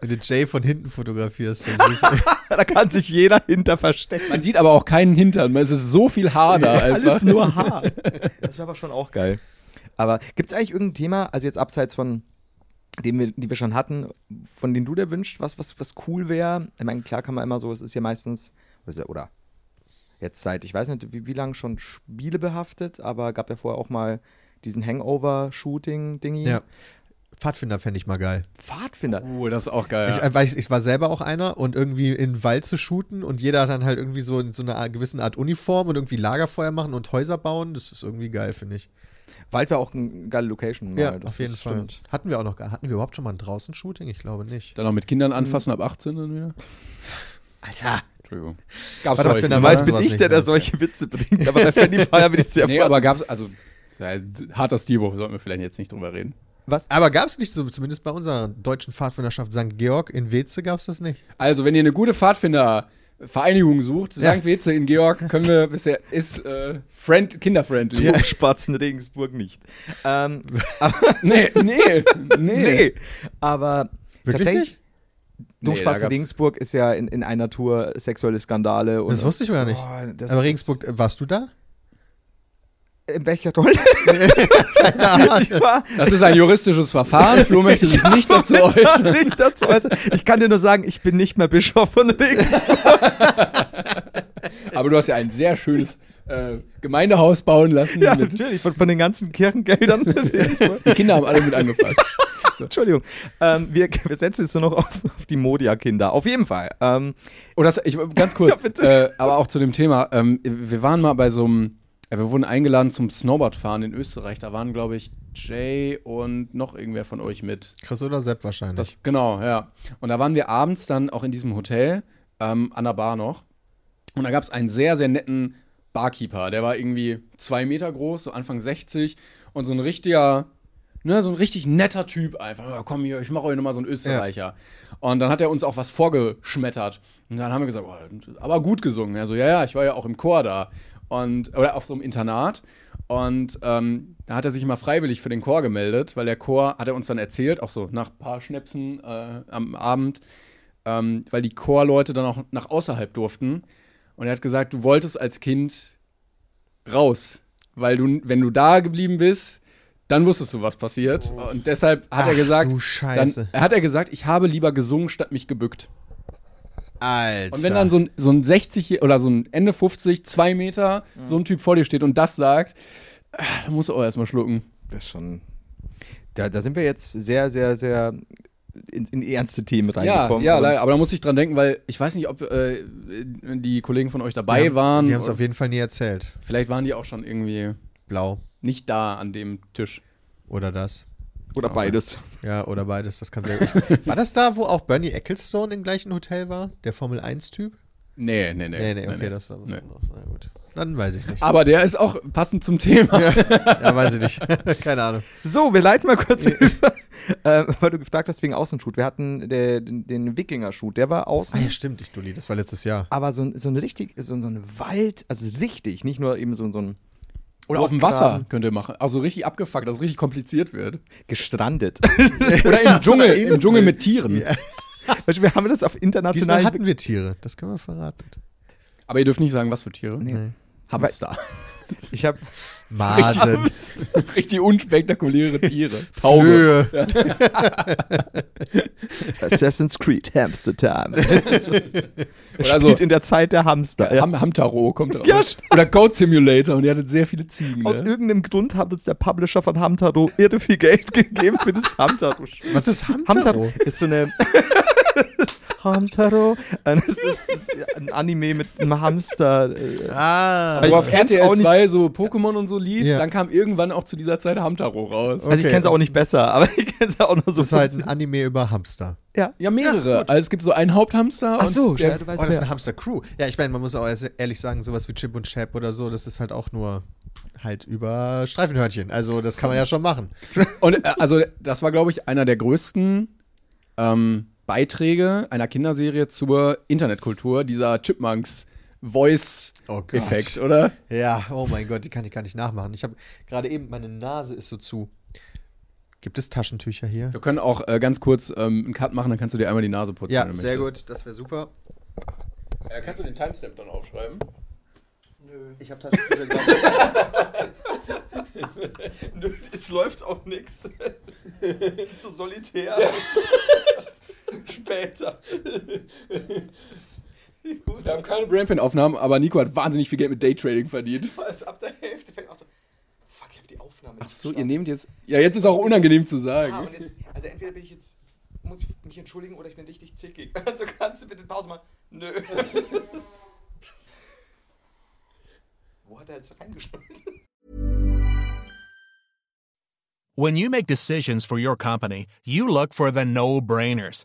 Wenn du Jay von hinten fotografierst, dann siehst du, da kann sich jeder hinter verstecken. Man sieht aber auch keinen Hintern, es ist so viel Haar da einfach. Alles nur Haar. Das wäre aber schon auch geil. Aber gibt es eigentlich irgendein Thema, also jetzt abseits von dem wir, die wir schon hatten, von dem du dir wünschst, was, was, was cool wäre? Ich meine, klar kann man immer so, es ist ja meistens, oder ist ja- oder jetzt seit, ich weiß nicht, wie, wie lange schon Spiele behaftet, aber gab ja vorher auch mal diesen Hangover-Shooting-Dingi. Ja. Pfadfinder fände ich mal geil. Pfadfinder. Oh, das ist auch geil. Ich, äh, weil ich, ich war selber auch einer und irgendwie in den Wald zu shooten und jeder hat dann halt irgendwie so in so einer Art- gewissen Art Uniform und irgendwie Lagerfeuer machen und Häuser bauen, das ist irgendwie geil, finde ich. Wald wäre auch eine geile Location. mal, ja, das auf jeden ist- Fall. stimmt. Hatten wir auch noch, hatten wir überhaupt schon mal ein draußen Shooting? Ich glaube nicht. Dann noch mit Kindern anfassen ab 18 dann wieder. Alter. Entschuldigung. Gab's Warte, bei euch Pfinder, nicht? war- Meist sowas bin ich nicht, der, der ja. solche Witze bringt, aber bei Fanny Fire bin ich sehr Nee, aber gab's, also, das heißt, harter Stilbruch, sollten wir vielleicht jetzt nicht drüber reden. Was? Aber gab es nicht, so, zumindest bei unserer deutschen Pfadfinderschaft St. Georg in Weze gab es das nicht. Also, wenn ihr eine gute Pfadfindervereinigung sucht, Ja. St. Weze in Georg, können wir bisher, ist äh, friend, kinderfriendly. Du Spatzen Regensburg nicht. Ähm, Nee, nee, nee. nee. aber Wirklich Tatsächlich? nicht? Domspaß da gab's- Regensburg ist ja in, in einer Tour sexuelle Skandale. Und, Das wusste ich gar nicht. Boah, das Aber ist- Regensburg, äh, warst du da? In welcher Toll? ich war Das ist ein juristisches Verfahren. Flo möchte sich nicht dazu momentan äußern. nicht dazu äußern. Ich kann dir nur sagen, ich bin nicht mehr Bischof von Regensburg. Aber du hast ja ein sehr schönes äh, Gemeindehaus bauen lassen. Ja, mit, natürlich, von, von den ganzen Kirchengeldern. in Regensburg. die Kinder haben alle mit angefasst. Entschuldigung. Ähm, wir, wir setzen jetzt nur noch auf, auf die Modia-Kinder. Auf jeden Fall. Ähm, Und Oh, das, ich, ganz kurz, Ja, bitte. äh, aber auch zu dem Thema. Ähm, wir waren mal bei so einem, äh, wir wurden eingeladen zum Snowboardfahren in Österreich. Da waren, glaube ich, Jay und noch irgendwer von euch mit. Chris oder Sepp wahrscheinlich. Das, genau, ja. Und da waren wir abends dann auch in diesem Hotel, ähm, an der Bar noch. Und da gab es einen sehr, sehr netten Barkeeper. Der war irgendwie zwei Meter groß, so Anfang 60. Und so ein richtiger, ne, so ein richtig netter Typ einfach. Ja, komm hier, ich mache euch nochmal so einen Österreicher. Und dann hat er uns auch was vorgeschmettert. Und dann haben wir gesagt, oh, aber gut gesungen. Er so, ja, ja, ich war ja auch im Chor da. Und, oder auf so einem Internat. Und ähm, da hat er sich immer freiwillig für den Chor gemeldet, weil der Chor, hat er uns dann erzählt, auch so nach ein paar Schnäpsen äh, am Abend, ähm, weil die Chorleute dann auch nach außerhalb durften. Und er hat gesagt, du wolltest als Kind raus, weil du, wenn du da geblieben bist, dann wusstest du, was passiert. Und deshalb hat er Ach, gesagt, du Scheiße. Dann, hat er gesagt, ich habe lieber gesungen, statt mich gebückt. Alter. Und wenn dann so ein, so ein 60 oder so ein Ende 50, zwei Meter, so ein Typ vor dir steht und das sagt, ah, dann musst du auch erstmal schlucken. das ist schon. Da, da sind wir jetzt sehr, sehr, sehr in, in ernste Themen Ja, reingekommen. ja, Aber- leider. Aber da muss ich dran denken, weil ich weiß nicht, ob äh, die Kollegen von euch dabei die haben- waren. Die haben es auf jeden Fall nie erzählt. Vielleicht waren die auch schon irgendwie Blau nicht da an dem Tisch. oder das. Oder beides. Ja, oder beides, das kann sehr gut. War das da, wo auch Bernie Ecclestone im gleichen Hotel war? Der Formel 1-Typ? Nee, nee, nee. Nee, nee, okay, das war was Nee. anderes. Na gut. Dann weiß ich nicht. Aber der ist auch passend zum Thema. ja, weiß ich nicht. Keine Ahnung. So, wir leiten mal kurz über, äh, weil du gefragt hast wegen Außenshoot. Wir hatten der, den, den Wikinger-Shoot, der war Ah, außen. ja, stimmt, ich, Dulli, das war letztes Jahr. Aber so, ein- so ein richtig, so, ein- so ein Wald, also richtig, nicht nur eben so, ein- so ein. Oder auf dem Aufgraben. Wasser könnt ihr machen. Also richtig abgefuckt, dass es richtig kompliziert wird. Gestrandet. Oder im Dschungel, einer Insel. im Dschungel mit Tieren. Weißt du, wir haben das auf Diesmal international. hatten wir Tiere, das können wir verraten. Aber ihr dürft nicht sagen, was für Tiere. Nee. Hamster. Ich habe Maden, richtig unspektakuläre Tiere. Taube. Höhe. Assassin's Creed Hamster Time. Oder Spielt so, in der Zeit der Hamster. Ham Hamtaro kommt drauf. Ja, Oder Code Simulator und ihr hattet sehr viele Ziegen. Aus Ne? irgendeinem Grund hat uns der Publisher von Hamtaro irre viel Geld gegeben für das Hamtaro-Spiel. Was ist Hamtaro? Hamtaro ist so eine. Hamtaro. Äh, Das ist ein Anime mit einem Hamster. äh, Ah. Wo Ich auf kenn's RTL auch nicht. 2 so Pokémon und so lief, Ja. dann kam irgendwann auch zu dieser Zeit Hamtaro raus. Also ich Okay. kenne es auch nicht besser, aber ich kenne es auch nur so. Das ist halt ein Anime über Hamster. ja. Ja, mehrere. also es gibt so einen Haupthamster Ach so, und der, Schade, weiß Oh, das ist wer. eine Hamster-Crew. Ja, ich meine, man muss auch erst ehrlich sagen, sowas wie Chip und Chap oder so, das ist halt auch nur halt über Streifenhörnchen. Also, das kann man ja schon machen. Und äh, also, das war, glaube ich, einer der größten ähm, Beiträge einer Kinderserie zur Internetkultur, dieser Oh Gott. Chipmunks-Voice-Effekt, oder? Ja, oh mein Gott, die kann ich gar nicht nachmachen. Ich habe gerade eben, meine Nase ist so zu. Gibt es Taschentücher hier? Wir können auch äh, ganz kurz ähm, einen Cut machen, dann kannst du dir einmal die Nase putzen. wenn du möchtest. das wäre super. Äh, kannst du den Timestamp dann aufschreiben? Ich habe Taschentücher Es läuft auch nichts. Zu solitär. Später. Wir haben keine Brainpain-Aufnahmen, aber Nico hat wahnsinnig viel Geld mit Daytrading verdient. Alles ab der Hälfte fängt auch so. Fuck, ich hab die Aufnahme. Ach so, ihr nehmt jetzt. Ja, jetzt ist auch unangenehm zu Ah, und sagen. jetzt, also entweder bin ich jetzt, muss ich mich entschuldigen oder ich bin richtig zickig. Also kannst du bitte Pause machen. Nö. Wo hat er jetzt reingeschnitten? When you make decisions for your company, you look for the no brainers.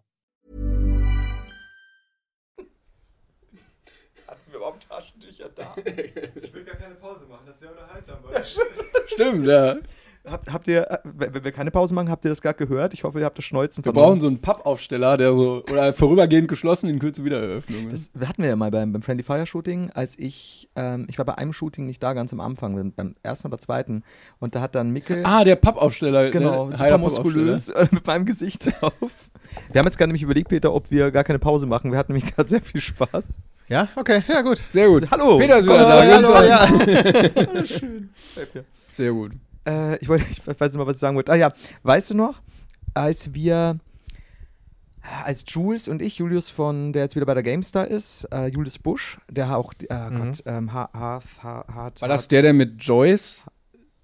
Hatten wir überhaupt Taschentücher da. Ich will gar keine Pause machen, das ist sehr unterhaltsam. Weil Stimmt, ja. Habt, habt ihr, äh, wenn wenn wir keine Pause machen, habt ihr das gerade gehört? Ich hoffe, ihr habt das Schneuzen Wir brauchen so einen Pappaufsteller, der so, oder vorübergehend geschlossen in Kürze Wiedereröffnung. ist. Das hatten wir ja mal beim, beim Friendly Fire Shooting, als ich, ähm, ich war bei einem Shooting nicht da, ganz am Anfang, beim- beim ersten oder zweiten. Und da hat dann Mickel, Ah, der Pappaufsteller. genau, ne? super muskulös, äh, mit meinem Gesicht drauf. Wir haben jetzt gerade nämlich überlegt, Peter, ob wir gar keine Pause machen. Wir hatten nämlich gerade sehr viel Spaß. Ja, okay, ja, gut. Sehr gut. Hallo. Peter ist wieder Hallo, da. hallo, Guten Tag. ja. Sehr gut. Äh, ich wollte, ich weiß nicht mal, was ich sagen wollte. Ah ja, weißt du noch, als wir, als Jules und ich, Julius von, der jetzt wieder bei der GameStar ist, äh, Julius Busch, der auch, äh, Gott, ähm, Har- Harth, Har- Hart, War das Hart- der, der mit Joyce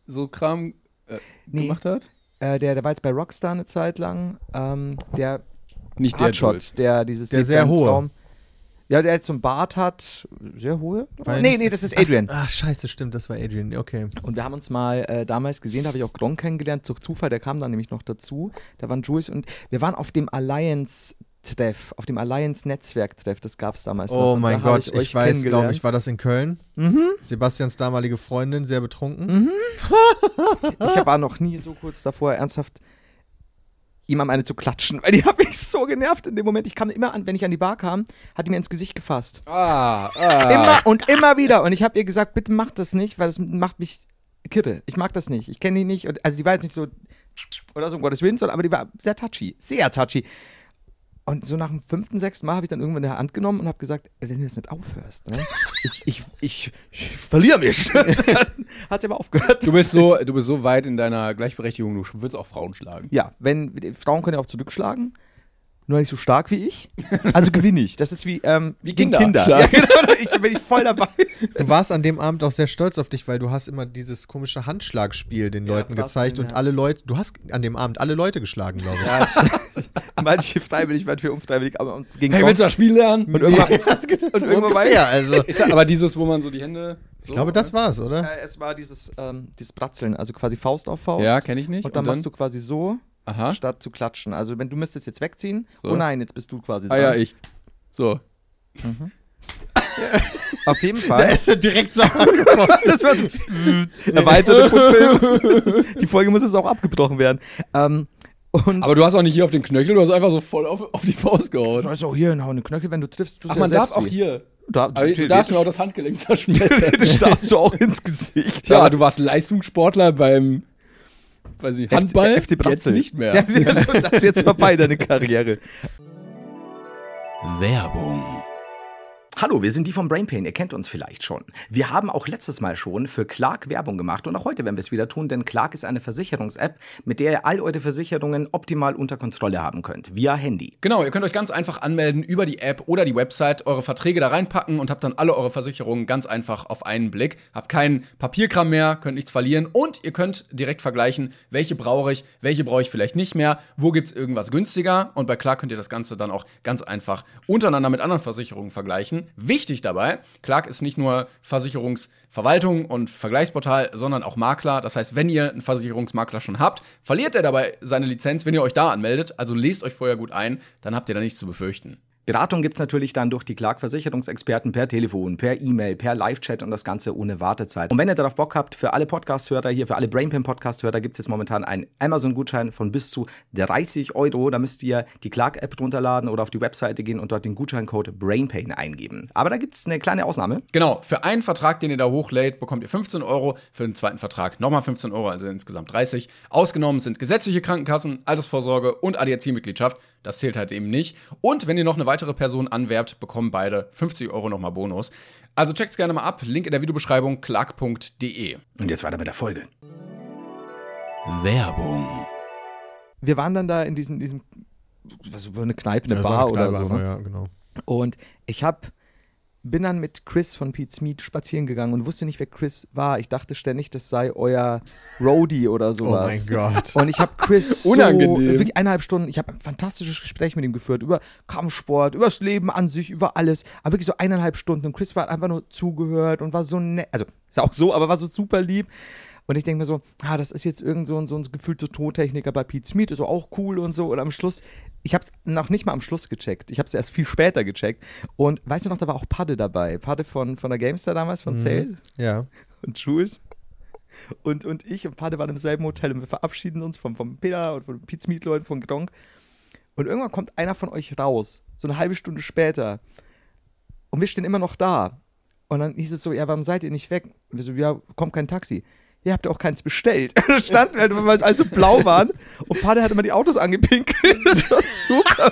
so Kram äh, Nee. gemacht hat? Äh, der, der war jetzt bei Rockstar eine Zeit lang. Ähm, der Nicht der Joyce. Hardshot, der dieses Der Lied sehr ganz hohe. Raum- Ja, der jetzt so einen Bart hat. Sehr hohe? Weil- nee, nee, das ist Adrian. Ach, ach, scheiße, stimmt, das war Adrian. Okay. Und wir haben uns mal äh, damals gesehen, da habe ich auch Gronk kennengelernt, durch Zufall, der kam dann nämlich noch dazu. Da waren Jules und wir waren auf dem Alliance-Treff, auf dem Alliance-Netzwerk-Treff, das gab es damals noch. Oh Und mein da habe Gott, ich, weiß, glaube ich, kennengelernt. war das in Köln? Mhm. Sebastians damalige Freundin, sehr betrunken. Ich war noch nie so kurz davor, ernsthaft jemandem eine zu klatschen, weil die hat mich so genervt in dem Moment. Ich kam immer an, wenn ich an die Bar kam, hat die mir ins Gesicht gefasst. Ah, ah. Immer und immer wieder. Und ich habe ihr gesagt, bitte macht das nicht, weil das macht mich kirre. Ich mag das nicht. Ich kenne die nicht. Und, also die war jetzt nicht so oder so um Gottes Willen, sondern aber die war sehr touchy. Sehr touchy. Und so nach dem fünften, sechsten Mal habe ich dann irgendwann eine Hand genommen und habe gesagt, wenn du das nicht aufhörst, ne, ich, ich, ich, ich verliere mich. dann hat sie aber aufgehört. Du bist so, du bist so weit in deiner Gleichberechtigung, du würdest auch Frauen schlagen. Ja, wenn Frauen können ja auch zurückschlagen, nur nicht so stark wie ich. Also gewinne ich. Das ist wie, ähm, Wie gegen Kinder Kinder. Ja, schlagen. genau, ich bin ich voll dabei. Du warst an dem Abend auch sehr stolz auf dich, weil du hast immer dieses komische Handschlagspiel den Leuten Blödsinn, gezeigt und ja. alle Leute, du hast an dem Abend alle Leute geschlagen, glaube ich. manche freiwillig, manche unfreiwillig, aber und gegen Hey, willst du das Spiel Und lernen? irgendwann, und irgendwann war- ungefähr, also. Ist das aber dieses, wo man so die Hände. So, Ich glaube, das war's, oder? äh, es war dieses, ähm, dieses Bratzeln, also quasi Faust auf Faust. Ja, kenn ich nicht. Und dann, Und dann? machst du quasi so, Aha. statt zu klatschen. Also wenn du müsstest jetzt wegziehen, So. oh nein, jetzt bist du quasi Ah dran. ja, ich. So. Auf jeden Fall. ist er direkt sauer geworden. das war so erweiterte Film. Die Folge muss jetzt auch abgebrochen werden. Ähm, und Aber du hast auch nicht hier auf den Knöchel, du hast einfach so voll auf, auf die Faust du gehauen. sollst auch Also hier hinhauen, eine Knöchel, wenn du triffst, tust Ach, du man ja darf selbst auch weh. hier. Da, Aber du darfst mir auch das Handgelenk zerschmettern. Theoretisch darfst du auch ins Gesicht. Tja, du warst Leistungssportler beim weiß nicht, Handball, FC jetzt Bratzel. nicht mehr. Ja, so, das ist jetzt vorbei, deine Karriere. Werbung. Hallo, wir sind die von Brain Pain, ihr kennt uns vielleicht schon. Wir haben auch letztes Mal schon für Clark Werbung gemacht und auch heute werden wir es wieder tun, denn Clark ist eine Versicherungs-App, mit der ihr all eure Versicherungen optimal unter Kontrolle haben könnt, via Handy. Genau, ihr könnt euch ganz einfach anmelden über die App oder die Website, eure Verträge da reinpacken und habt dann alle eure Versicherungen ganz einfach auf einen Blick. Habt keinen Papierkram mehr, könnt nichts verlieren und ihr könnt direkt vergleichen, welche brauche ich, welche brauche ich vielleicht nicht mehr, wo gibt es irgendwas günstiger und bei Clark könnt ihr das Ganze dann auch ganz einfach untereinander mit anderen Versicherungen vergleichen. Wichtig dabei, Clark ist nicht nur Versicherungsverwaltung und Vergleichsportal, sondern auch Makler. Das heißt, wenn ihr einen Versicherungsmakler schon habt, verliert er dabei seine Lizenz, wenn ihr euch da anmeldet. Also lest euch vorher gut ein, dann habt ihr da nichts zu befürchten. Beratung gibt's natürlich dann durch die Clark Versicherungsexperten per Telefon, per E-Mail, per Live-Chat und das Ganze ohne Wartezeit. Und wenn ihr darauf Bock habt, für alle Podcast-Hörer hier, für alle Brain Pain Podcast-Hörer gibt es momentan einen Amazon-Gutschein von bis zu 30 Euro. Da müsst ihr die Clark-App runterladen oder auf die Webseite gehen und dort den Gutscheincode Brain Pain eingeben. Aber da gibt's eine kleine Ausnahme. Genau, für einen Vertrag, den ihr da hochlädt, bekommt ihr 15 Euro, für den zweiten Vertrag nochmal 15 Euro, also insgesamt 30. Ausgenommen sind gesetzliche Krankenkassen, Altersvorsorge und ADAC-Mitgliedschaft. Das zählt halt eben nicht. Und wenn ihr noch eine weitere Person anwerbt, bekommen beide 50 Euro nochmal Bonus. Also checkt's gerne mal ab, Link in der Videobeschreibung clark.de. Und jetzt weiter mit der Folge. Werbung. Wir waren dann da in diesem, diesem was, war eine Kneipe, eine Das war Bar eine oder Kneipe so. einfach, Ne? Ja, genau. Und ich hab, bin dann mit Chris von Pete's Meat spazieren gegangen und wusste nicht, wer Chris war. Ich dachte ständig, das sei euer Roadie oder Oh sowas. mein Gott. Und ich habe Chris so, Unangenehm. wirklich eineinhalb Stunden, ich habe ein fantastisches Gespräch mit ihm geführt über Kampfsport, über das Leben an sich, über alles. Aber wirklich so eineinhalb Stunden. Und Chris war einfach nur zugehört und war so nett. Also, ist auch so, aber war so super lieb. Und ich denke mir so, ah, das ist jetzt irgend so ein, so ein gefühlter Tontechniker bei Pete Smith, ist auch cool und so. Und am Schluss, ich habe es noch nicht mal am Schluss gecheckt. Ich habe es erst viel später gecheckt. Und weißt du noch, da war auch Padde dabei. Padde von, von der Gamestar damals, von Sale Ja. und Jules. Und, und ich und Pate waren im selben Hotel und wir verabschieden uns vom, vom Peter und von Pizmietlo und von Gronk. Und irgendwann kommt einer von euch raus, so eine halbe Stunde später. Und wir stehen immer noch da. Und dann hieß es so: Ja, warum seid ihr nicht weg? Und wir so: Ja, kommt kein Taxi. Ihr habt ja auch keins bestellt. Und dann standen wir, halt, weil wir also blau waren. Und Pate hat immer die Autos angepinkelt. Das war super.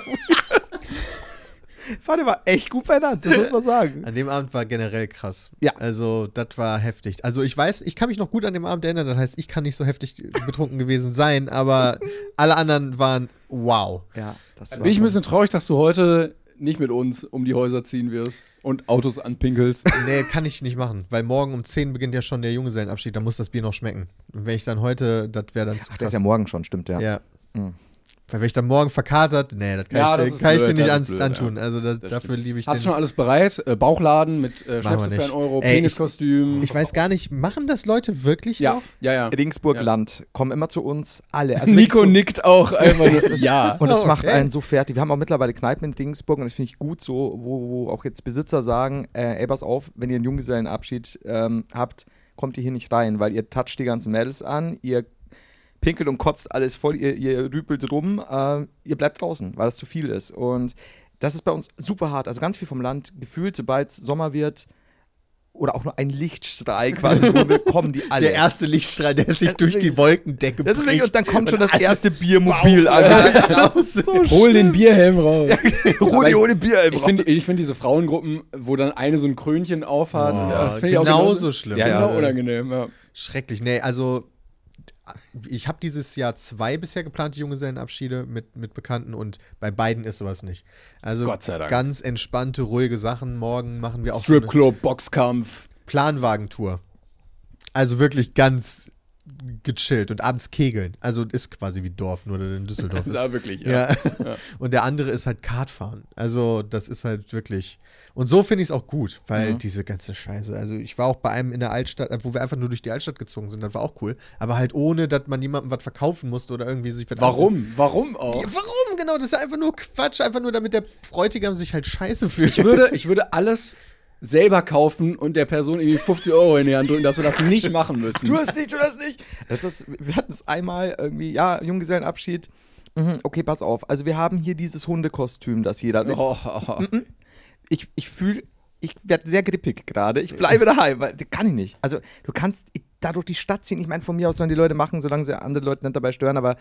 Pate war echt gut benannt, das muss man sagen. An dem Abend war generell krass. Ja. Also, das war heftig. Also, ich weiß, ich kann mich noch gut an dem Abend erinnern. Das heißt, ich kann nicht so heftig betrunken gewesen sein, aber alle anderen waren wow. Ja, das Bin Also ich ein bisschen traurig, dass du heute nicht mit uns um die Häuser ziehen wirst und Autos anpinkelst. Nee, kann ich nicht machen, weil morgen um 10 beginnt ja schon der Junggesellenabschied. Da muss das Bier noch schmecken. Und wenn ich dann heute, das wäre dann zu Ach, das ist ja Hm. morgen schon, stimmt, ja. Ja. Weil wenn ich dann morgen verkatert, nee, das kann Ja, das ich, dir- ist kann ich blöd, dir nicht das an, ist blöd, antun. ja. Also da, Das dafür stimmt. liebe ich Hast du den. schon alles bereit? Äh, Bauchladen mit äh, Machen Schnäpse wir für nicht. 1 Euro, Ey, ich- Peniskostüm. ich weiß gar nicht, machen das Leute wirklich ja, noch? ja, ja. Regensburg-Land kommen immer zu uns alle. Also Nico wirklich so- nickt auch einfach. Das ist, ja. Und das Oh, macht okay. einen so fertig. Wir haben auch mittlerweile Kneipen in Regensburg und das finde ich gut so, wo, wo auch jetzt Besitzer sagen, äh, ey, pass auf, wenn ihr einen Junggesellenabschied ähm, habt, kommt ihr hier nicht rein, weil ihr toucht die ganzen Mädels an, ihr pinkelt und kotzt alles voll, ihr, ihr rüpelt rum, äh, ihr bleibt draußen, weil das zu viel ist. Und das ist bei uns super hart. Also ganz viel vom Land gefühlt, sobald es Sommer wird oder auch nur ein Lichtstrahl quasi, wo wir kommen die alle. Der erste Lichtstrahl, der sich durch die Deswegen- Wolkendecke das ist wirklich, bricht. und dann kommt schon das erste Biermobil an. Das ist so genau. Hol den Bierhelm raus. Rudi Aber ohne Bier im Ich finde ich find diese Frauengruppen, wo dann eine so ein Krönchen aufhat, das finde ich auch genauso schlimm. Ja, Also, genau unangenehm. Ja. Schrecklich. Nee, also ich habe dieses Jahr zwei bisher geplante Junggesellenabschiede mit, mit Bekannten und bei beiden ist sowas nicht. Also Gott sei Dank. ganz entspannte, ruhige Sachen. Morgen machen wir auch so eine Stripclub, Boxkampf. Planwagentour. Also wirklich ganz gechillt und abends kegeln. Also ist quasi wie Dorf, nur dass in Düsseldorf ist. Ja, wirklich. Ja. Ja. Und der andere ist halt Kartfahren. Also, das ist halt wirklich. Und so finde ich es auch gut, weil Mhm. diese ganze Scheiße. Also, ich war auch bei einem in der Altstadt, äh, wo wir einfach nur durch die Altstadt gezogen sind. Das war auch cool. Aber halt ohne, dass man jemandem was verkaufen musste oder irgendwie sich was. Warum? Warum auch? Ja, warum? Genau, das ist einfach nur Quatsch. Einfach nur, damit der Bräutigam sich halt scheiße fühlt. Ich würde, ich würde alles selber kaufen und der Person irgendwie 50 Euro in die Hand drücken, dass wir das nicht machen müssen. Tu es nicht, tu das nicht. Das ist, wir hatten es einmal irgendwie, ja, Junggesellenabschied. Mhm, okay, pass auf. Also wir haben hier dieses Hundekostüm, das jeder hat. Oh, oh, Mm, oh. Ich, ich fühle, ich werde sehr grippig gerade. Ich bleibe daheim, weil das kann ich nicht. Also du kannst da durch die Stadt ziehen. Ich meine, von mir aus sollen die Leute machen, solange sie andere Leute nicht dabei stören, aber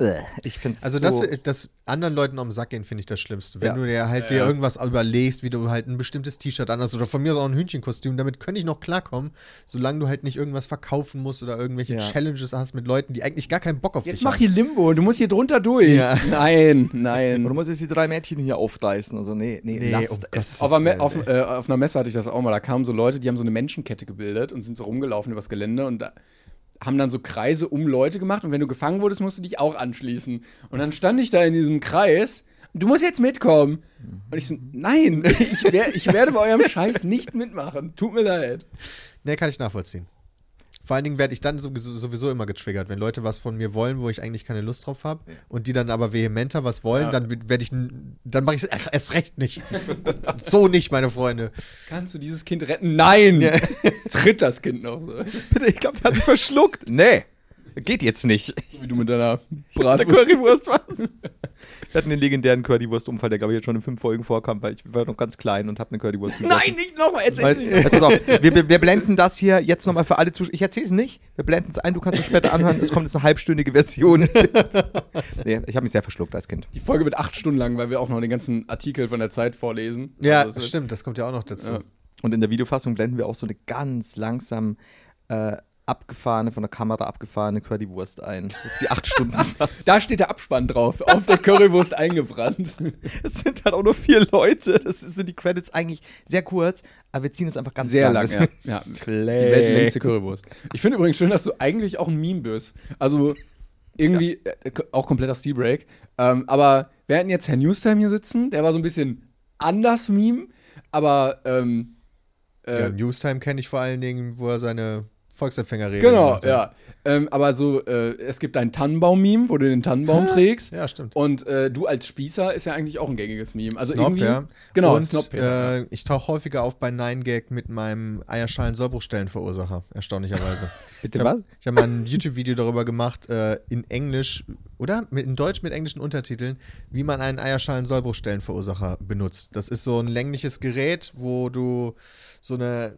äh, ich finde es Also, so. dass, dass anderen Leuten am Sack gehen, finde ich das Schlimmste. Wenn Ja. du dir halt dir irgendwas überlegst, wie du halt ein bestimmtes T-Shirt anhast oder von mir aus auch ein Hühnchenkostüm, damit könnte ich noch klarkommen, solange du halt nicht irgendwas verkaufen musst oder irgendwelche Ja. Challenges hast mit Leuten, die eigentlich gar keinen Bock auf Jetzt dich mach haben. hier Limbo, du musst hier drunter durch. Ja. Nein, du nein. musst jetzt die drei Mädchen hier aufreißen. Also nee, nee, Nee, oh, lasst um es. Gottes Auf, einer Me- Willen, auf, ey. äh, auf einer Messe hatte ich das auch mal. Da kamen so Leute, die haben so eine Menschenkette gebildet und sind so rumgelaufen übers Gelände und da haben dann so Kreise um Leute gemacht. Und wenn du gefangen wurdest, musst du dich auch anschließen. Und dann stand ich da in diesem Kreis. Du musst jetzt mitkommen. Und ich so, nein, ich, wer, ich werde bei eurem Scheiß nicht mitmachen. Tut mir leid. Nee, kann ich nachvollziehen. Vor allen Dingen werde ich dann sowieso, sowieso immer getriggert, wenn Leute was von mir wollen, wo ich eigentlich keine Lust drauf habe und die dann aber vehementer was wollen, dann werde ich, n- dann mache ich es erst recht nicht. so nicht, meine Freunde. Kannst du dieses Kind retten? Nein! Tritt das Kind noch so. Bitte, ich glaube, der hat sich verschluckt. Nee, geht jetzt nicht. So wie du mit deiner Der Bratwurst. Currywurst was? Wir hatten den legendären Currywurst-Unfall, der glaube ich jetzt schon in fünf Folgen vorkam, weil ich war noch ganz klein und habe eine Currywurst gegessen. Nein, nicht nochmal. Weißt, äh, Erzähl pass auf, wir, wir, wir blenden das hier jetzt nochmal für alle Zuschauer. Ich erzähle es nicht. Wir blenden es ein, du kannst es später anhören. Es kommt jetzt eine halbstündige Version. nee, ich habe mich sehr verschluckt als Kind. Die Folge wird acht Stunden lang, weil wir auch noch den ganzen Artikel von der Zeit vorlesen. Ja, Also es wird- stimmt, das kommt ja auch noch dazu. Ja. Und in der Videofassung blenden wir auch so eine ganz langsam äh, abgefahrene, von der Kamera abgefahrene Currywurst ein. Das ist die acht Stunden. Da steht der Abspann drauf, auf der Currywurst eingebrannt. Es sind halt auch nur vier Leute. Das sind die Credits eigentlich sehr kurz, aber wir ziehen es einfach ganz Sehr lang, lang. ja. ja. Die weltlängste Currywurst. Ich finde übrigens schön, dass du eigentlich auch ein Meme bist. Also irgendwie äh, k- auch kompletter Steelbreak. Ähm, aber wir hatten jetzt Herrn Newstime hier sitzen, der war so ein bisschen anders Meme, aber ähm, Ja, äh, Newstime kenne ich vor allen Dingen, wo er seine Volksempfängerrede. Genau, gemacht, ja. Ähm, aber so, äh, es gibt ein Tannenbaum-Meme, wo du den Tannenbaum trägst. Ja, stimmt. Und äh, du als Spießer ist ja eigentlich auch ein gängiges Meme. Also Snob, irgendwie, ja. Genau, und Snob, ja. äh, ich tauche häufiger auf bei Nine Gag mit meinem Eierschalen-Sollbruchstellenverursacher, erstaunlicherweise. Bitte ich hab- was? Ich habe mal ein YouTube-Video darüber gemacht, äh, in Englisch, oder? Mit, in Deutsch mit englischen Untertiteln, wie man einen Eierschalen-Sollbruchstellenverursacher benutzt. Das ist so ein längliches Gerät, wo du so eine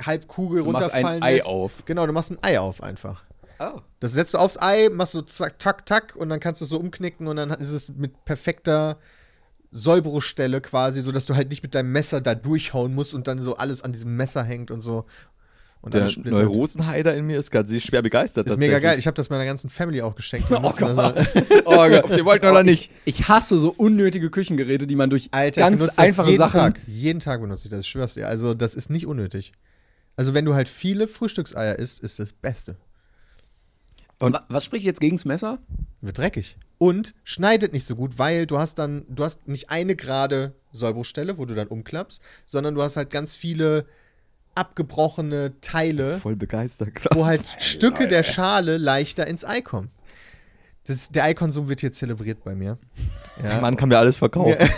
Halbkugel Du machst ein runterfallen Ei lässt. auf. Genau, du machst ein Ei auf einfach. Oh. Das setzt du aufs Ei, machst so zack, tack, tack und dann kannst du es so umknicken und dann ist es mit perfekter Sollbruchstelle quasi, sodass du halt nicht mit deinem Messer da durchhauen musst und dann so alles an diesem Messer hängt und so. Und Der alles splittert. Neurosenheider in mir ist gerade sehr schwer begeistert. Ist mega geil. Ich habe das meiner ganzen Family auch geschenkt. Oh Gott. oh Gott. Ob ihr wollt oder nicht. Ich, ich hasse so unnötige Küchengeräte, die man durch Alter, ich benutze ganz einfache das jeden Sachen. Tag. Jeden Tag benutze ich das, ich schwör's dir. Also, das ist nicht unnötig. Also, wenn du halt viele Frühstückseier isst, ist das Beste. Wa- was spricht jetzt gegens Messer? Wird dreckig. Und schneidet nicht so gut, weil du hast dann, du hast nicht eine gerade Sollbruchstelle, wo du dann umklappst, sondern du hast halt ganz viele abgebrochene Teile, Voll begeistert. wo halt Stücke der Schale leichter ins Ei kommen. Das, der Eikonsum wird hier zelebriert bei mir. Der Mann kann mir alles verkaufen.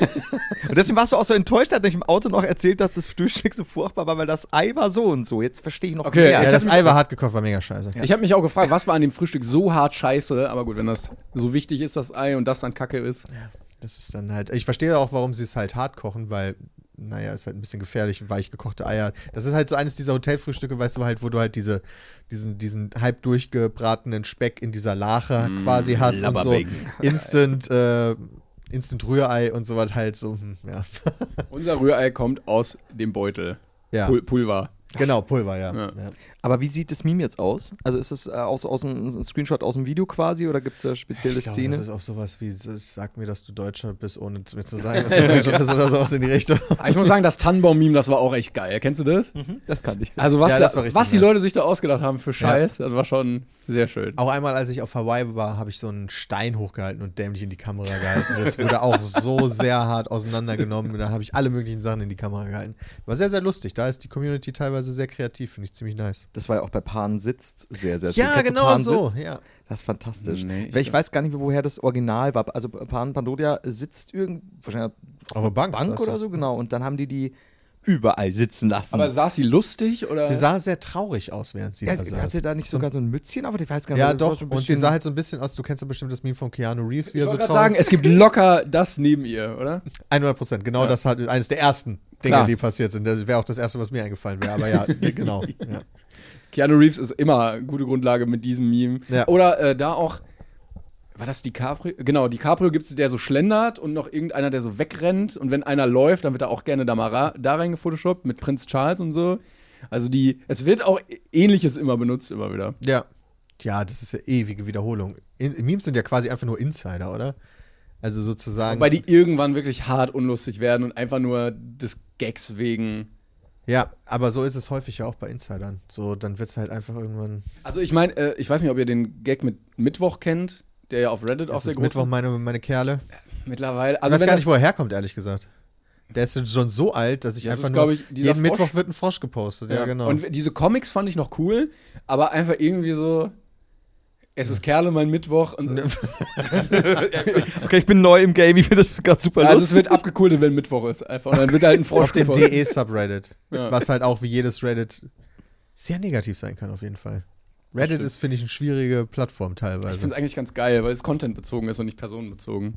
und deswegen warst du auch so enttäuscht, hat ich im Auto noch erzählt, dass das Frühstück so furchtbar war, weil das Ei war so und so. Jetzt verstehe ich noch Okay, mehr. Ja, Also ich das hab mich- Ei war hart gekocht, war mega scheiße. Ich habe mich auch gefragt, was war an dem Frühstück so hart scheiße? Aber gut, wenn das so wichtig ist, das Ei und das dann Kacke ist. Das ist dann halt. Ich verstehe auch, warum sie es halt hart kochen, weil, naja, ist halt ein bisschen gefährlich, weich gekochte Eier. Das ist halt so eines dieser Hotelfrühstücke, weißt du, halt, wo du halt diese, diesen, diesen halb durchgebratenen Speck in dieser Lache quasi hast und so Instant, äh, Instant Rührei und sowas halt so, hm, ja. Unser Rührei kommt aus dem Beutel. ja. Pul Pulver. Genau, Pulver, ja. Ja. ja. Aber wie sieht das Meme jetzt aus? Also ist es äh, aus, aus einem ein Screenshot aus dem Video quasi oder gibt es da spezielle Ich glaube, Szene? das ist auch sowas wie, das- sag mir, dass du Deutscher bist, ohne zu mir zu sagen, dass du Deutscher bist oder sowas in die Richtung. Aber ich muss sagen, das Tannenbaum-Meme, das war auch echt geil. Kennst du das? Hm? das kann ich. Also was, Ja, das war da, richtig was die nice. Leute sich da ausgedacht haben für Scheiß, das war schon sehr schön. Auch einmal, als ich auf Hawaii war, habe ich so einen Stein hochgehalten und dämlich in die Kamera gehalten. Das wurde auch so sehr hart auseinandergenommen. Da habe ich alle möglichen Sachen in die Kamera gehalten. War sehr, sehr lustig. Da ist die Community teilweise sehr kreativ, finde ich ziemlich nice. Das war ja auch bei Pan sitzt sehr, sehr Ja, Kennst du genau Pan so, Sitzt? ja. Das ist fantastisch. Nee, ich ich, Weil ich weiß gar nicht, mehr, woher das Original war. Also Pan Pandodia sitzt irgendwo, wahrscheinlich Auf der Bank. Bank saß oder sie. so, genau. Und dann haben die die überall sitzen lassen. also, Also, Aber saß sie lustig oder? Sie sah sehr traurig aus, während sie ja, also da saß. hatte da nicht sogar so ein Mützchen auf? Ich weiß gar nicht. ja, das war doch. so ein Und sie bisschen- sah halt so ein bisschen aus. Du kennst ja bestimmt das Meme von Keanu Reeves, wie ich er so wollte traurig gerade sagen, es gibt locker das neben ihr, oder? 100 Prozent. Genau das hat eines der ersten Dinge, Klar. die passiert sind. Das wäre auch das Erste, was mir eingefallen wäre. Aber ja, genau. Ja. Keanu Reeves ist immer eine gute Grundlage mit diesem Meme. Ja. Oder äh, da auch, war das DiCaprio? Genau, DiCaprio gibt es, der so schlendert und noch irgendeiner, der so wegrennt. Und wenn einer läuft, dann wird er auch gerne da mal ra- da reingefotoshoppt mit Prinz Charles und so. Also die, es wird auch Ähnliches immer benutzt, immer wieder. Ja. Ja, das ist ja ewige Wiederholung. In, Memes sind ja quasi einfach nur Insider, oder? Also sozusagen. Wobei die irgendwann wirklich hart unlustig werden und einfach nur des Gags wegen. ja, aber so ist es häufig ja auch bei Insidern. So, dann wird es halt einfach irgendwann. Also ich meine, äh, ich weiß nicht, ob ihr den Gag mit Mittwoch kennt, der ja auf Reddit auch Das sehr ist groß Mittwoch meine, meine Kerle. mittlerweile. Ich Also weiß wenn gar das- nicht, wo er herkommt, ehrlich gesagt. Der ist jetzt schon so alt, dass ich Das einfach ist, nur. glaub ich, dieser jeden Frosch. Mittwoch wird ein Frosch gepostet. Ja, genau. Und diese Comics fand ich noch cool, aber einfach irgendwie so. Es ist Kerle mein Mittwoch. Und Okay, ich bin neu im Game, ich finde das gerade super also es lustig. wird abgekultet, wenn Mittwoch ist. Einfach. Und dann wird halt ein Frosch auf dem E. gepostet. DE-Subreddit. Ja. Was halt auch wie jedes Reddit sehr negativ sein kann, auf jeden Fall. Reddit ist, finde ich, eine schwierige Plattform teilweise. Ich finde es eigentlich ganz geil, weil es contentbezogen ist und nicht personenbezogen.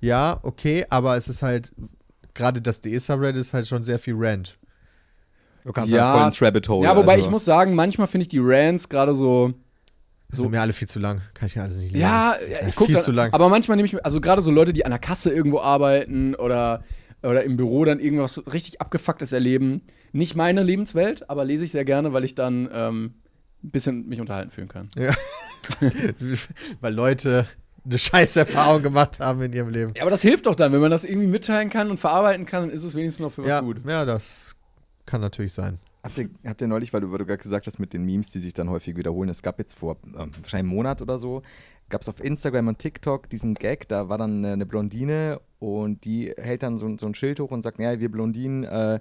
Ja, okay, aber es ist halt, gerade das DE-Subreddit ist halt schon sehr viel Rant. Du kannst Ja. ja voll ins Rabbit Oh, Hole. ja, wobei also. ich muss sagen, manchmal finde ich die Rants gerade so. So. Also Sind mir alle viel zu lang. Kann ich ja also nicht lesen. Ja, ich gucke viel dann, zu lang. aber manchmal nehme ich, also gerade so Leute, die an der Kasse irgendwo arbeiten oder, oder im Büro dann irgendwas so richtig abgefucktes erleben. Nicht meine Lebenswelt, aber lese ich sehr gerne, weil ich dann ähm, ein bisschen mich unterhalten fühlen kann. Weil Leute eine scheiß Erfahrung gemacht haben in ihrem Leben. Ja, aber das hilft doch dann, wenn man das irgendwie mitteilen kann und verarbeiten kann, dann ist es wenigstens noch für was Ja, gut. ja, das kann natürlich sein. Habt ihr, habt ihr neulich, weil du, weil du gerade gesagt hast, mit den Memes, die sich dann häufig wiederholen, es gab jetzt vor ähm, wahrscheinlich einem Monat oder so, gab es auf Instagram und TikTok diesen Gag, da war dann äh, eine Blondine und die hält dann so, ein- so ein Schild hoch und sagt, ja, wir Blondinen, äh,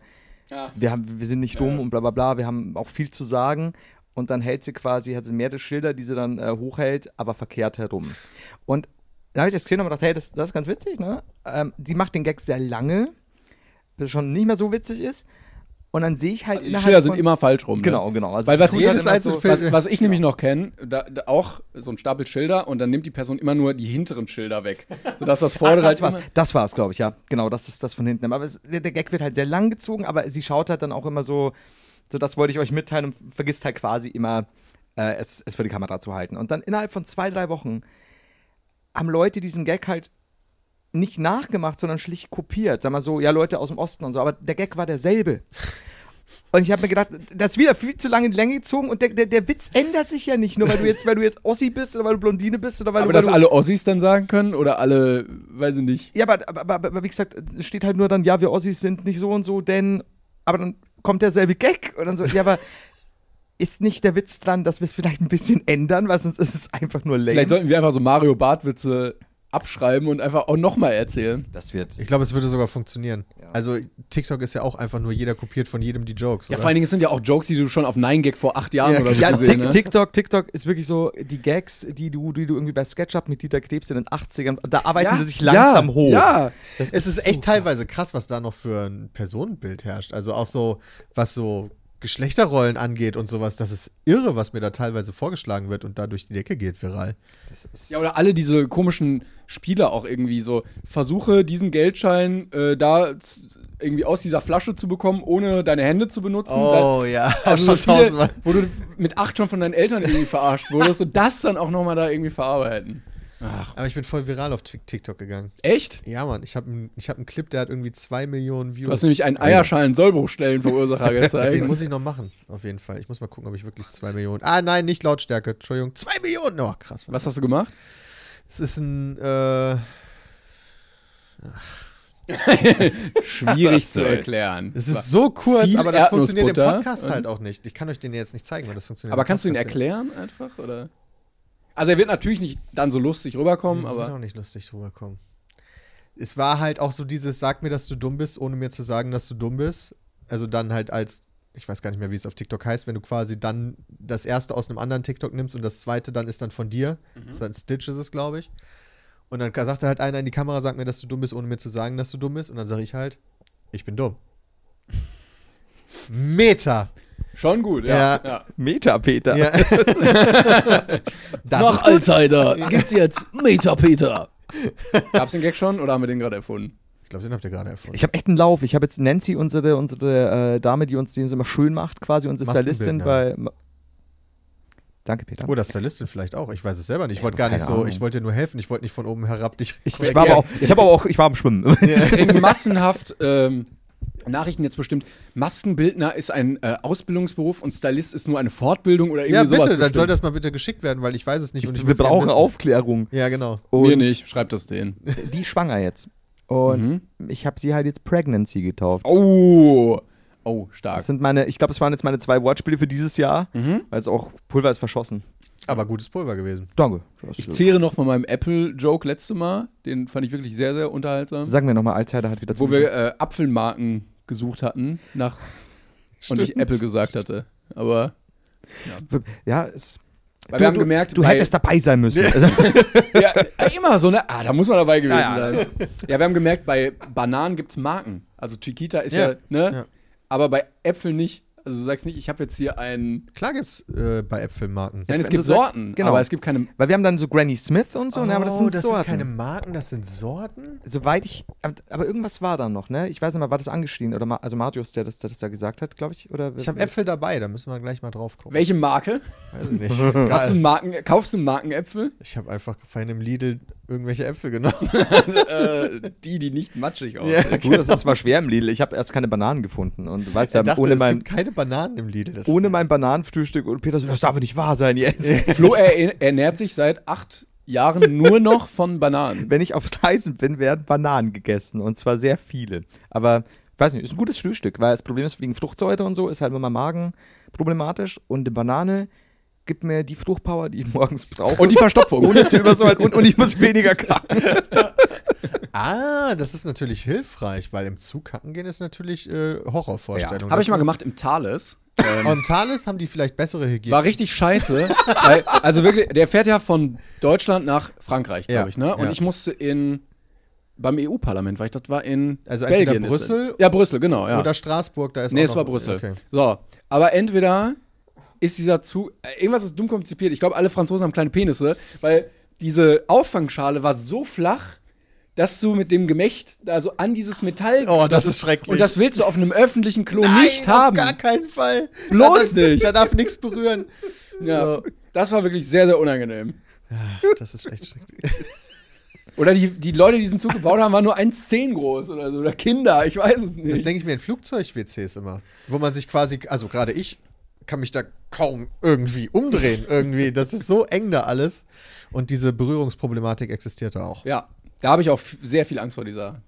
Ja. wir, haben, wir sind nicht dumm und bla bla bla, wir haben auch viel zu sagen. und dann hält sie quasi, hat sie mehrere Schilder, die sie dann äh, hochhält, aber verkehrt herum. Und dann habe ich das gesehen und hab gedacht, hey, das, das ist ganz witzig, ne? Ähm, die macht den Gag sehr lange, bis es schon nicht mehr so witzig ist. Und dann sehe ich halt Also Die Schilder sind immer falsch rum. Genau, ne? genau. Also Weil es was tut ich, jedes immer genau. einzelne Film- was, was ich nämlich noch kenne, da, da auch so ein Stapel Schilder und dann nimmt die Person immer nur die hinteren Schilder weg, sodass das Ach, vordere das halt war's, immer. das war's glaube ich, ja. Genau, das ist das von hinten. Aber es, der, der Gag wird halt sehr lang gezogen, aber sie schaut halt dann auch immer so, so das wollte ich euch mitteilen und vergisst halt quasi immer, äh, es, es für die Kamera zu halten. Und dann innerhalb von zwei, drei Wochen haben Leute diesen Gag halt nicht nachgemacht, sondern schlicht kopiert. Sag mal so, ja, Leute aus dem Osten und so, aber der Gag war derselbe. Und ich habe mir gedacht, das ist wieder viel zu lange in die Länge gezogen und der, der, der Witz ändert sich ja nicht, nur weil du jetzt, weil du jetzt Ossi bist oder weil du Blondine bist oder weil Aber du. weil dass du, alle Ossis dann sagen können oder alle, weiß ich nicht. ja, aber, aber, aber, aber wie gesagt, es steht halt nur dann, ja, wir Ossis sind nicht so und so, denn. Aber dann kommt derselbe Gag und dann so, ja, aber ist nicht der Witz dran, dass wir es vielleicht ein bisschen ändern, weil sonst ist es einfach nur lame. Vielleicht sollten wir einfach so Mario Bartwitze abschreiben und einfach auch nochmal erzählen. das wird. Ich glaube, es würde sogar funktionieren. Also TikTok ist ja auch einfach nur jeder kopiert von jedem die Jokes. Ja, oder? vor allen Dingen es sind ja auch Jokes, die du schon auf 9gag vor acht Jahren Ja, oder so Ja, gesehen ne? Tik- hast. TikTok, TikTok ist wirklich so die Gags, die du, die du irgendwie bei SketchUp mit Dieter Krebs in den 80ern, da arbeiten sie sich langsam ja, hoch. Ja, Das es ist so echt teilweise krass, was da noch für ein Personenbild herrscht. Also auch so, was so Geschlechterrollen angeht und sowas. Das ist irre, was mir da teilweise vorgeschlagen wird und da durch die Decke geht viral. Ja, oder alle diese komischen Spiele auch irgendwie so. Versuche diesen Geldschein äh, da z- irgendwie aus dieser Flasche zu bekommen, ohne deine Hände zu benutzen. Da- Oh, ja, also schon so viele, tausendmal. wo du mit acht schon von deinen Eltern irgendwie verarscht wurdest und das dann auch nochmal da irgendwie verarbeiten. Aber ich bin voll viral auf Tik- TikTok gegangen. Echt? Ja, Mann, ich habe ich hab einen Clip, der hat irgendwie zwei Millionen Views. Du hast nämlich einen Eierschalen-Sollbruchstellenverursacher gezeigt. Den muss ich noch machen, auf jeden Fall. Ich muss mal gucken, ob ich wirklich zwei Millionen. Ah, nein, nicht Lautstärke, Entschuldigung. Zwei Millionen! Oh, krass. Was hast du gemacht? Es ist ein, äh, Schwierig Was zu soll's? erklären. es ist so kurz, Hm. viel aber das funktioniert im Erdnussbutter Podcast halt auch nicht. Ich kann euch den jetzt nicht zeigen, weil das funktioniert. aber im kannst du ihn Podcast erklären einfach? Oder? Also er wird natürlich nicht dann so lustig rüberkommen, Das wird aber auch nicht lustig drüber kommen. Es war halt auch so dieses, sag mir, dass du dumm bist, ohne mir zu sagen, dass du dumm bist. Also dann halt als, ich weiß gar nicht mehr, wie es auf TikTok heißt, wenn du quasi dann das erste aus einem anderen TikTok nimmst und das zweite dann ist dann von dir. Mhm. Das ist dann Stitch ist es, glaube ich. Und dann sagt er halt einer in die Kamera, sag mir, dass du dumm bist, ohne mir zu sagen, dass du dumm bist. Und dann sage ich halt, ich bin dumm. Meta. schon gut, ja. Ja. ja. Meta, Peter. Ja. das ist gut. Alzheimer gibt's jetzt Metapeter. Gab's den Gag schon oder haben wir den gerade erfunden? Ich glaube, den habt ihr gerade erfunden. Ich habe echt einen Lauf. Ich habe jetzt Nancy, unsere, unsere äh, Dame, die uns die uns immer schön macht, quasi unsere Stylistin bei. Maskenbildnerin. Ma Danke, Peter. Oder Stylistin Oh, vielleicht auch. Ich weiß es selber nicht. Ich wollte gar nicht keine so, Ahnung. ich wollte dir nur helfen. Ich wollte nicht von oben herab dich. Ich, ich war aber auch, ich habe aber auch, ich war am Schwimmen. Wir kriegen massenhaft ähm, Nachrichten jetzt bestimmt. Maskenbildner ist ein äh, Ausbildungsberuf und Stylist ist nur eine Fortbildung oder irgendwie ja, sowas. bitte, dann soll bestimmt. das mal bitte geschickt werden, weil ich weiß es also nicht. und ich Wir will's gerne brauchen wissen. Aufklärung. Ja, genau. Mir Und nicht, Mhm. schreibt das denen. Die ist schwanger jetzt. Und ich habe sie halt jetzt Pregnancy getauft. Oh. Oh, stark. Das sind meine, ich glaube, es waren jetzt meine zwei Wortspiele für dieses Jahr, Mhm. weil es auch Pulver ist verschossen. Also, Aber gutes Pulver gewesen. Danke. Ich zehre noch von meinem Apple-Joke letzte Mal. Den fand ich wirklich sehr, sehr unterhaltsam. Sagen wir nochmal, Alzheimer hat wieder Wo wir äh, Apfelmarken gesucht hatten nach und ich Apple gesagt hatte. Aber Ja, es, weil wir haben gemerkt, du bei- hättest dabei sein müssen. Also, ja, immer so, ne? Ah, da muss man dabei gewesen sein. Ja, wir haben gemerkt, bei Bananen gibt es Marken. Also Chiquita ist ja, Ja, ne? ja. Aber bei Äpfeln nicht. Also du sagst nicht, ich habe jetzt hier einen. Klar gibt's äh, bei Äpfelmarken. Nein, Jetzt, es wenn gibt du sagst- Sorten, genau. aber es gibt keine. weil wir haben dann so Granny Smith und so, ne, aber Oh, das sind Sorten. keine Marken, das sind Sorten. Soweit ich, aber, aber irgendwas war da noch, ne? Ich weiß nicht mal, war das angestiegen oder Ma, also Marius, der das, der das da gesagt hat, glaube ich, oder? Ich habe Äpfel dabei, da müssen wir gleich mal drauf gucken. Welche Marke? Weiß ich nicht. Hast du Geil. Marken, kaufst du Markenäpfel? Ich habe einfach vorhin im Lidl irgendwelche Äpfel genommen. äh, die, die nicht matschig aussehen. Äh, Du, das ist mal schwer im Lidl. Ich habe erst keine Bananen gefunden und du weißt ja, Ich dachte, Ähm, ohne es mein gibt keine Bananen im Lidl. Das ohne mein Bananenfrühstück und Peter so, das darf doch nicht wahr sein jetzt. Flo er ernährt sich seit acht Jahren nur noch von Bananen. Wenn ich auf Reisen bin, werden Bananen gegessen und zwar sehr viele. Aber weiß nicht, ist ein gutes Frühstück, weil das Problem ist wegen Fruchtsäure und so ist halt mit meinem Magen problematisch und eine Banane gibt mir die Fruchtpower, die ich morgens brauche. Und die Verstopfung. ohne zu übersäuern und, und ich muss weniger kacken. Ah, das ist natürlich hilfreich, weil im Zug kacken gehen ist natürlich äh, Horrorvorstellung. Habe Das- ich mal gemacht im Thales. Und Thales haben die vielleicht bessere Hygiene. War richtig scheiße. weil, also wirklich, der fährt ja von Deutschland nach Frankreich, glaube Ja, ich, ne? Und ja. ich musste in beim EU-Parlament, weil ich das war in Also entweder Belgien. ist es. Brüssel ja, Brüssel, genau. Ja. Oder Straßburg, da ist nee, auch es noch- war Brüssel. Okay. So, aber entweder ist dieser Zug äh, irgendwas ist dumm konzipiert. Ich glaube, alle Franzosen haben kleine Penisse, weil diese Auffangschale war so flach, dass du mit dem Gemächt da so an dieses Metall Oh, das ist schrecklich. und das willst du auf einem öffentlichen Klo Nein, nicht haben. Auf gar keinen Fall. Bloß da, nicht. Da darf nichts berühren. Ja, So. das war wirklich sehr, sehr unangenehm. Das ist echt schrecklich. Oder die, die Leute, die diesen Zug gebaut haben, waren nur 1,10 groß oder so. Oder Kinder, ich weiß es nicht. Das denke ich mir in Flugzeug-WCs immer. Wo man sich quasi, also gerade ich, kann mich da kaum irgendwie umdrehen. Irgendwie. Das ist so eng da alles. Und diese Berührungsproblematik existiert da auch. ja, da habe ich auch f- sehr viel Angst vor dieser,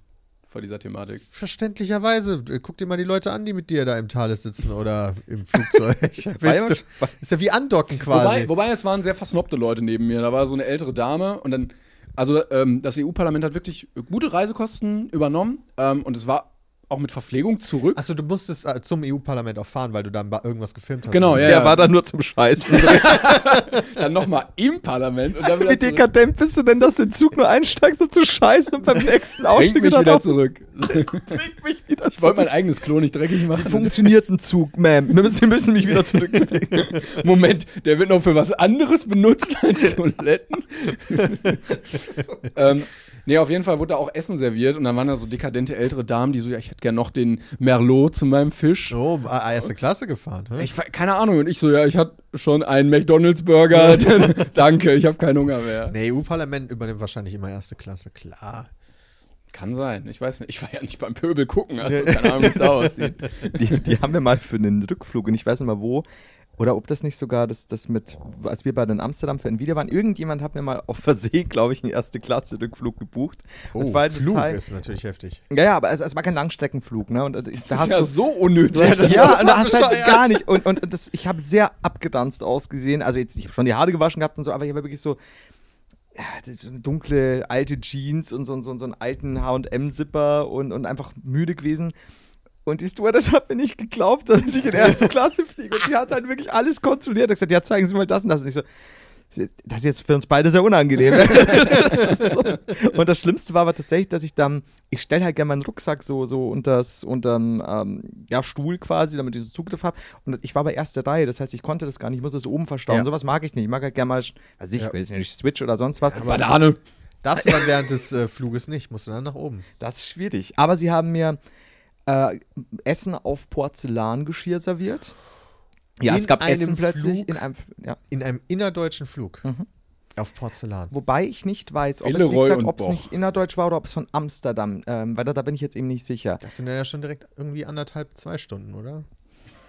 vor dieser Thematik. Verständlicherweise. Äh, Guck dir mal die Leute an, die mit dir da im Thales sitzen oder im Flugzeug. Willst du, ist ja wie andocken quasi. Wobei, wobei es waren sehr versnobte Leute neben mir. Da war so eine ältere Dame und dann, also ähm, das EU-Parlament hat wirklich gute Reisekosten übernommen ähm, und es war auch mit Verpflegung zurück. Achso, du musstest äh, zum EU-Parlament auch fahren, weil du da irgendwas gefilmt hast. Genau, Der ja, ja. war da nur zum Scheißen. drin. Dann nochmal im Parlament und dann wieder Wie zurück. dekadent bist du denn, dass du in den Zug nur einsteigst, um zu scheißen und beim nächsten Bringt Ausstieg mich wieder, wieder drauf- zurück. Bringt mich wieder Ich wollte mein eigenes Klo nicht dreckig machen. Funktioniert ein Zug, Ma'am. Wir müssen, wir müssen mich wieder zurückbringen. Moment, der wird noch für was anderes benutzt als Toiletten. ähm, nee, auf jeden Fall wurde da auch Essen serviert und dann waren da so dekadente ältere Damen, die so, ja, ich hätte gern noch den Merlot zu meinem Fisch. Oh, ah, erste Klasse gefahren. Hä? Ich, ver- keine Ahnung. Und ich so, ja, ich hatte schon einen McDonalds-Burger. Danke, ich habe keinen Hunger mehr. Nee, EU-Parlament übernimmt wahrscheinlich immer erste Klasse, klar. Kann sein, ich weiß nicht. Ich war ja nicht beim Pöbel gucken, also keine Ahnung, wie es da aussieht. Die, die haben wir mal für einen Rückflug und ich weiß nicht mal wo. Oder ob das nicht sogar, das, das mit, als wir bei den Amsterdam für Nvidia waren, irgendjemand hat mir mal auf Versehen, glaube ich, einen Erste-Klasse-Rückflug gebucht. Oh, das war halt Flug total, ist natürlich heftig. Ja, ja, aber es, es war kein Langstreckenflug, ne? Und äh, da Das hast ist ja du so unnötig. Ja, das- Das, ist ja, total und da hast du halt bescheuert. gar nicht. Und, und und das, ich habe sehr abgedanzt ausgesehen. Also jetzt, ich habe schon die Haare gewaschen gehabt und so, aber ich habe wirklich so, ja, das- so dunkle, alte Jeans und so, und so, und so einen alten HM-Zipper und, und einfach müde gewesen. Und die Stewardess hat mir nicht geglaubt, dass ich in erste Klasse fliege. Und die hat halt wirklich alles kontrolliert. Und gesagt, ja, zeigen Sie mal das und das. Und ich so, das ist jetzt für uns beide sehr unangenehm. Das ist so. Und das Schlimmste war aber tatsächlich, dass ich dann, ich stelle halt gerne meinen Rucksack so, so unters, unterm ähm, ja, Stuhl quasi, damit ich so Zugriff habe. Und ich war bei erster Reihe, das heißt, ich konnte das gar nicht, ich musste das oben verstauen. Ja. Sowas mag ich nicht. Ich mag halt gerne mal, also ich Ja. will jetzt nicht Switch oder sonst was. Banane. Darfst du dann während des äh, Fluges nicht, musst du dann nach oben. Das ist schwierig. Aber sie haben mir äh, Essen auf Porzellangeschirr serviert. Ja, In es gab einem Essen plötzlich Flug? in einem. Ja. In einem innerdeutschen Flug. Auf Porzellan. Wobei ich nicht weiß, ob es, Villeroy wie gesagt, und ob es Boch. nicht innerdeutsch war oder ob es von Amsterdam, ähm, weil da, da bin ich jetzt eben nicht sicher. Das sind ja schon direkt irgendwie anderthalb, zwei Stunden, oder?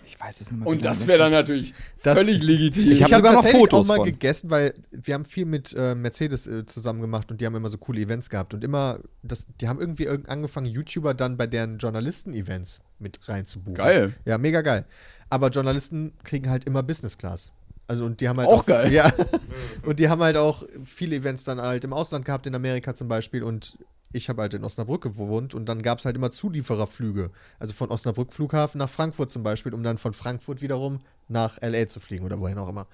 Ich weiß es nicht mehr. genau. Und das wäre dann natürlich Das- völlig legitim. Ich hab sogar noch tatsächlich Fotos auch mal von. gegessen, weil wir haben viel mit äh, Mercedes äh, zusammen gemacht und die haben immer so coole Events gehabt und immer, das, die haben irgendwie irgend- angefangen, YouTuber dann bei deren Journalisten-Events mit reinzubuchen. Geil. Ja, mega geil. Aber Journalisten kriegen halt immer Business Class. Also und die haben halt Auch geil. Ja. Und die haben halt auch viele Events dann halt im Ausland gehabt, in Amerika zum Beispiel und ich habe halt in Osnabrück gewohnt und dann gab es halt immer Zuliefererflüge. Also von Osnabrück Flughafen nach Frankfurt zum Beispiel, um dann von Frankfurt wiederum nach LA zu fliegen oder wohin auch immer.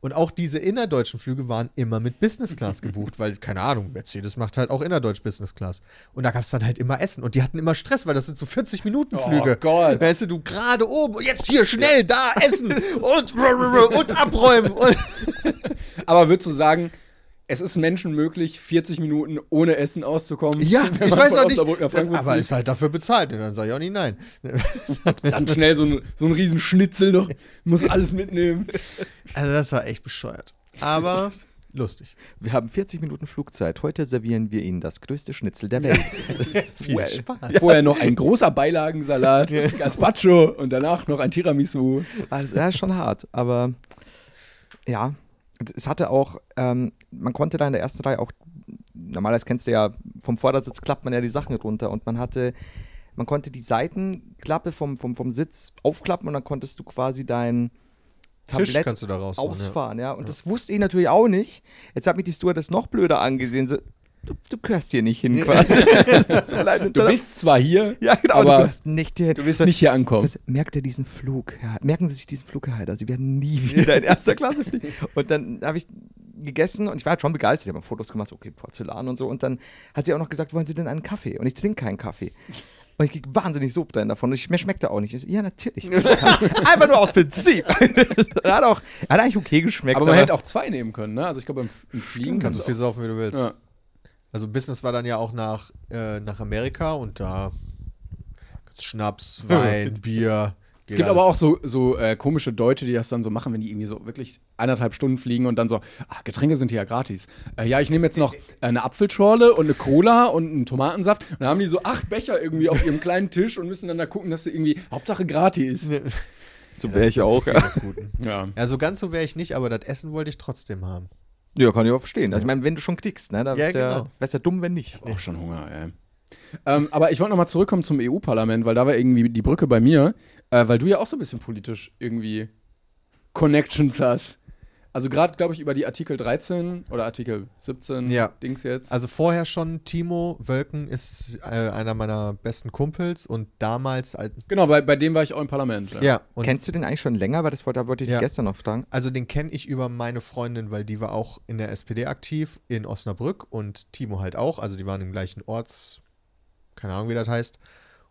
Und auch diese innerdeutschen Flüge waren immer mit Business Class gebucht, weil, keine Ahnung, Mercedes macht halt auch innerdeutsch Business Class. Und da gab es dann halt immer Essen. Und die hatten immer Stress, weil das sind so 40-Minuten-Flüge. Oh Gott. Weißt du, du gerade oben, jetzt hier schnell, da, Essen und, und abräumen. Und Aber würdest du sagen, es ist Menschen möglich, 40 Minuten ohne Essen auszukommen? ja, Hm? Wenn ich man weiß von auch nicht. Osnabrück nach Das, Frankfurt aber fliegt? ist halt dafür bezahlt. Und dann sage ich auch nicht nein. dann schnell so ein, so ein Riesenschnitzel noch. Muss alles mitnehmen. Also, das war echt bescheuert. Aber lustig. Wir haben 40 Minuten Flugzeit. Heute servieren wir Ihnen das größte Schnitzel der Welt. Viel Well. Spaß. Vorher noch ein großer Beilagensalat, Gazpacho und danach noch ein Tiramisu. Also, ja, ist schon hart, aber ja, es hatte auch, ähm, man konnte da in der ersten Reihe auch, normalerweise kennst du ja, vom Vordersitz klappt man ja die Sachen runter und man hatte, man konnte die Seitenklappe vom, vom, vom Sitz aufklappen und dann konntest du quasi dein Tisch Tablett kannst du da rausholen, ja. ausfahren, ja. Und das wusste ich natürlich auch nicht. Jetzt hat mich die Stewardess noch blöder angesehen, so, du, du gehörst hier nicht hin quasi. Das tut mir leid. Du bist zwar hier, ja, genau, du aber gehörst nicht hier hin. du wirst nicht hier ankommen. Das merkt er diesen Flug. Ja, merken Sie sich diesen Flug, Herr Heider. Sie werden nie wieder in erster Klasse fliegen. Und dann habe ich gegessen und ich war halt schon begeistert. Ich habe Fotos gemacht, so, okay, Porzellan und so. Und dann hat sie auch noch gesagt, wollen Sie denn einen Kaffee? Und ich trinke keinen Kaffee. Und ich krieg wahnsinnig Sodbrennen davon. Und ich, mir schmeckt er auch nicht. Ich so, ja, natürlich. Einfach nur aus Prinzip. er, hat auch, er hat eigentlich okay geschmeckt. aber man hätte auch zwei nehmen können, ne? Also ich glaube, im, im Fliegen kannst Kannst du viel du saufen, wie du willst. Ja. Also Business war dann ja auch nach, äh, nach Amerika und da gibt's Schnaps, Wein, Bier. Es gibt aber auch so, so äh, komische Deutsche, die das dann so machen, wenn die irgendwie so wirklich eineinhalb Stunden fliegen und dann so, ah, Getränke sind hier ja gratis. Äh, ja, ich nehme jetzt noch äh, eine Apfelschorle und eine Cola und einen Tomatensaft. Und dann haben die so acht Becher irgendwie auf ihrem kleinen Tisch und müssen dann da gucken, dass sie irgendwie, Hauptsache gratis. so Ja, das ist dann zu viel Ja. des Guten. Ja. Ja, so ganz so wäre ich nicht, aber das Essen wollte ich trotzdem haben. ja, kann ich auch verstehen. Also, ich meine, wenn du schon klickst, ne, dann Ja, wärst du ja, genau. wärst ja dumm, wenn nicht. Auch schon Hunger, ey. Ähm, aber ich wollte nochmal zurückkommen zum EU-Parlament, weil da war irgendwie die Brücke bei mir, äh, weil du ja auch so ein bisschen politisch irgendwie Connections hast. Also gerade, glaube ich, über die Artikel 13 oder Artikel 17 Ja. Dings jetzt. Also vorher schon, Timo Wölken ist äh, einer meiner besten Kumpels und damals, als- genau, bei, bei dem war ich auch im Parlament. ja, und Kennst du den eigentlich schon länger? Weil das wollte, da wollte ich Ja. dich gestern noch fragen. Also den kenne ich über meine Freundin, weil die war auch in der SPD aktiv in Osnabrück und Timo halt auch. Also die waren im gleichen Orts, keine Ahnung wie das heißt.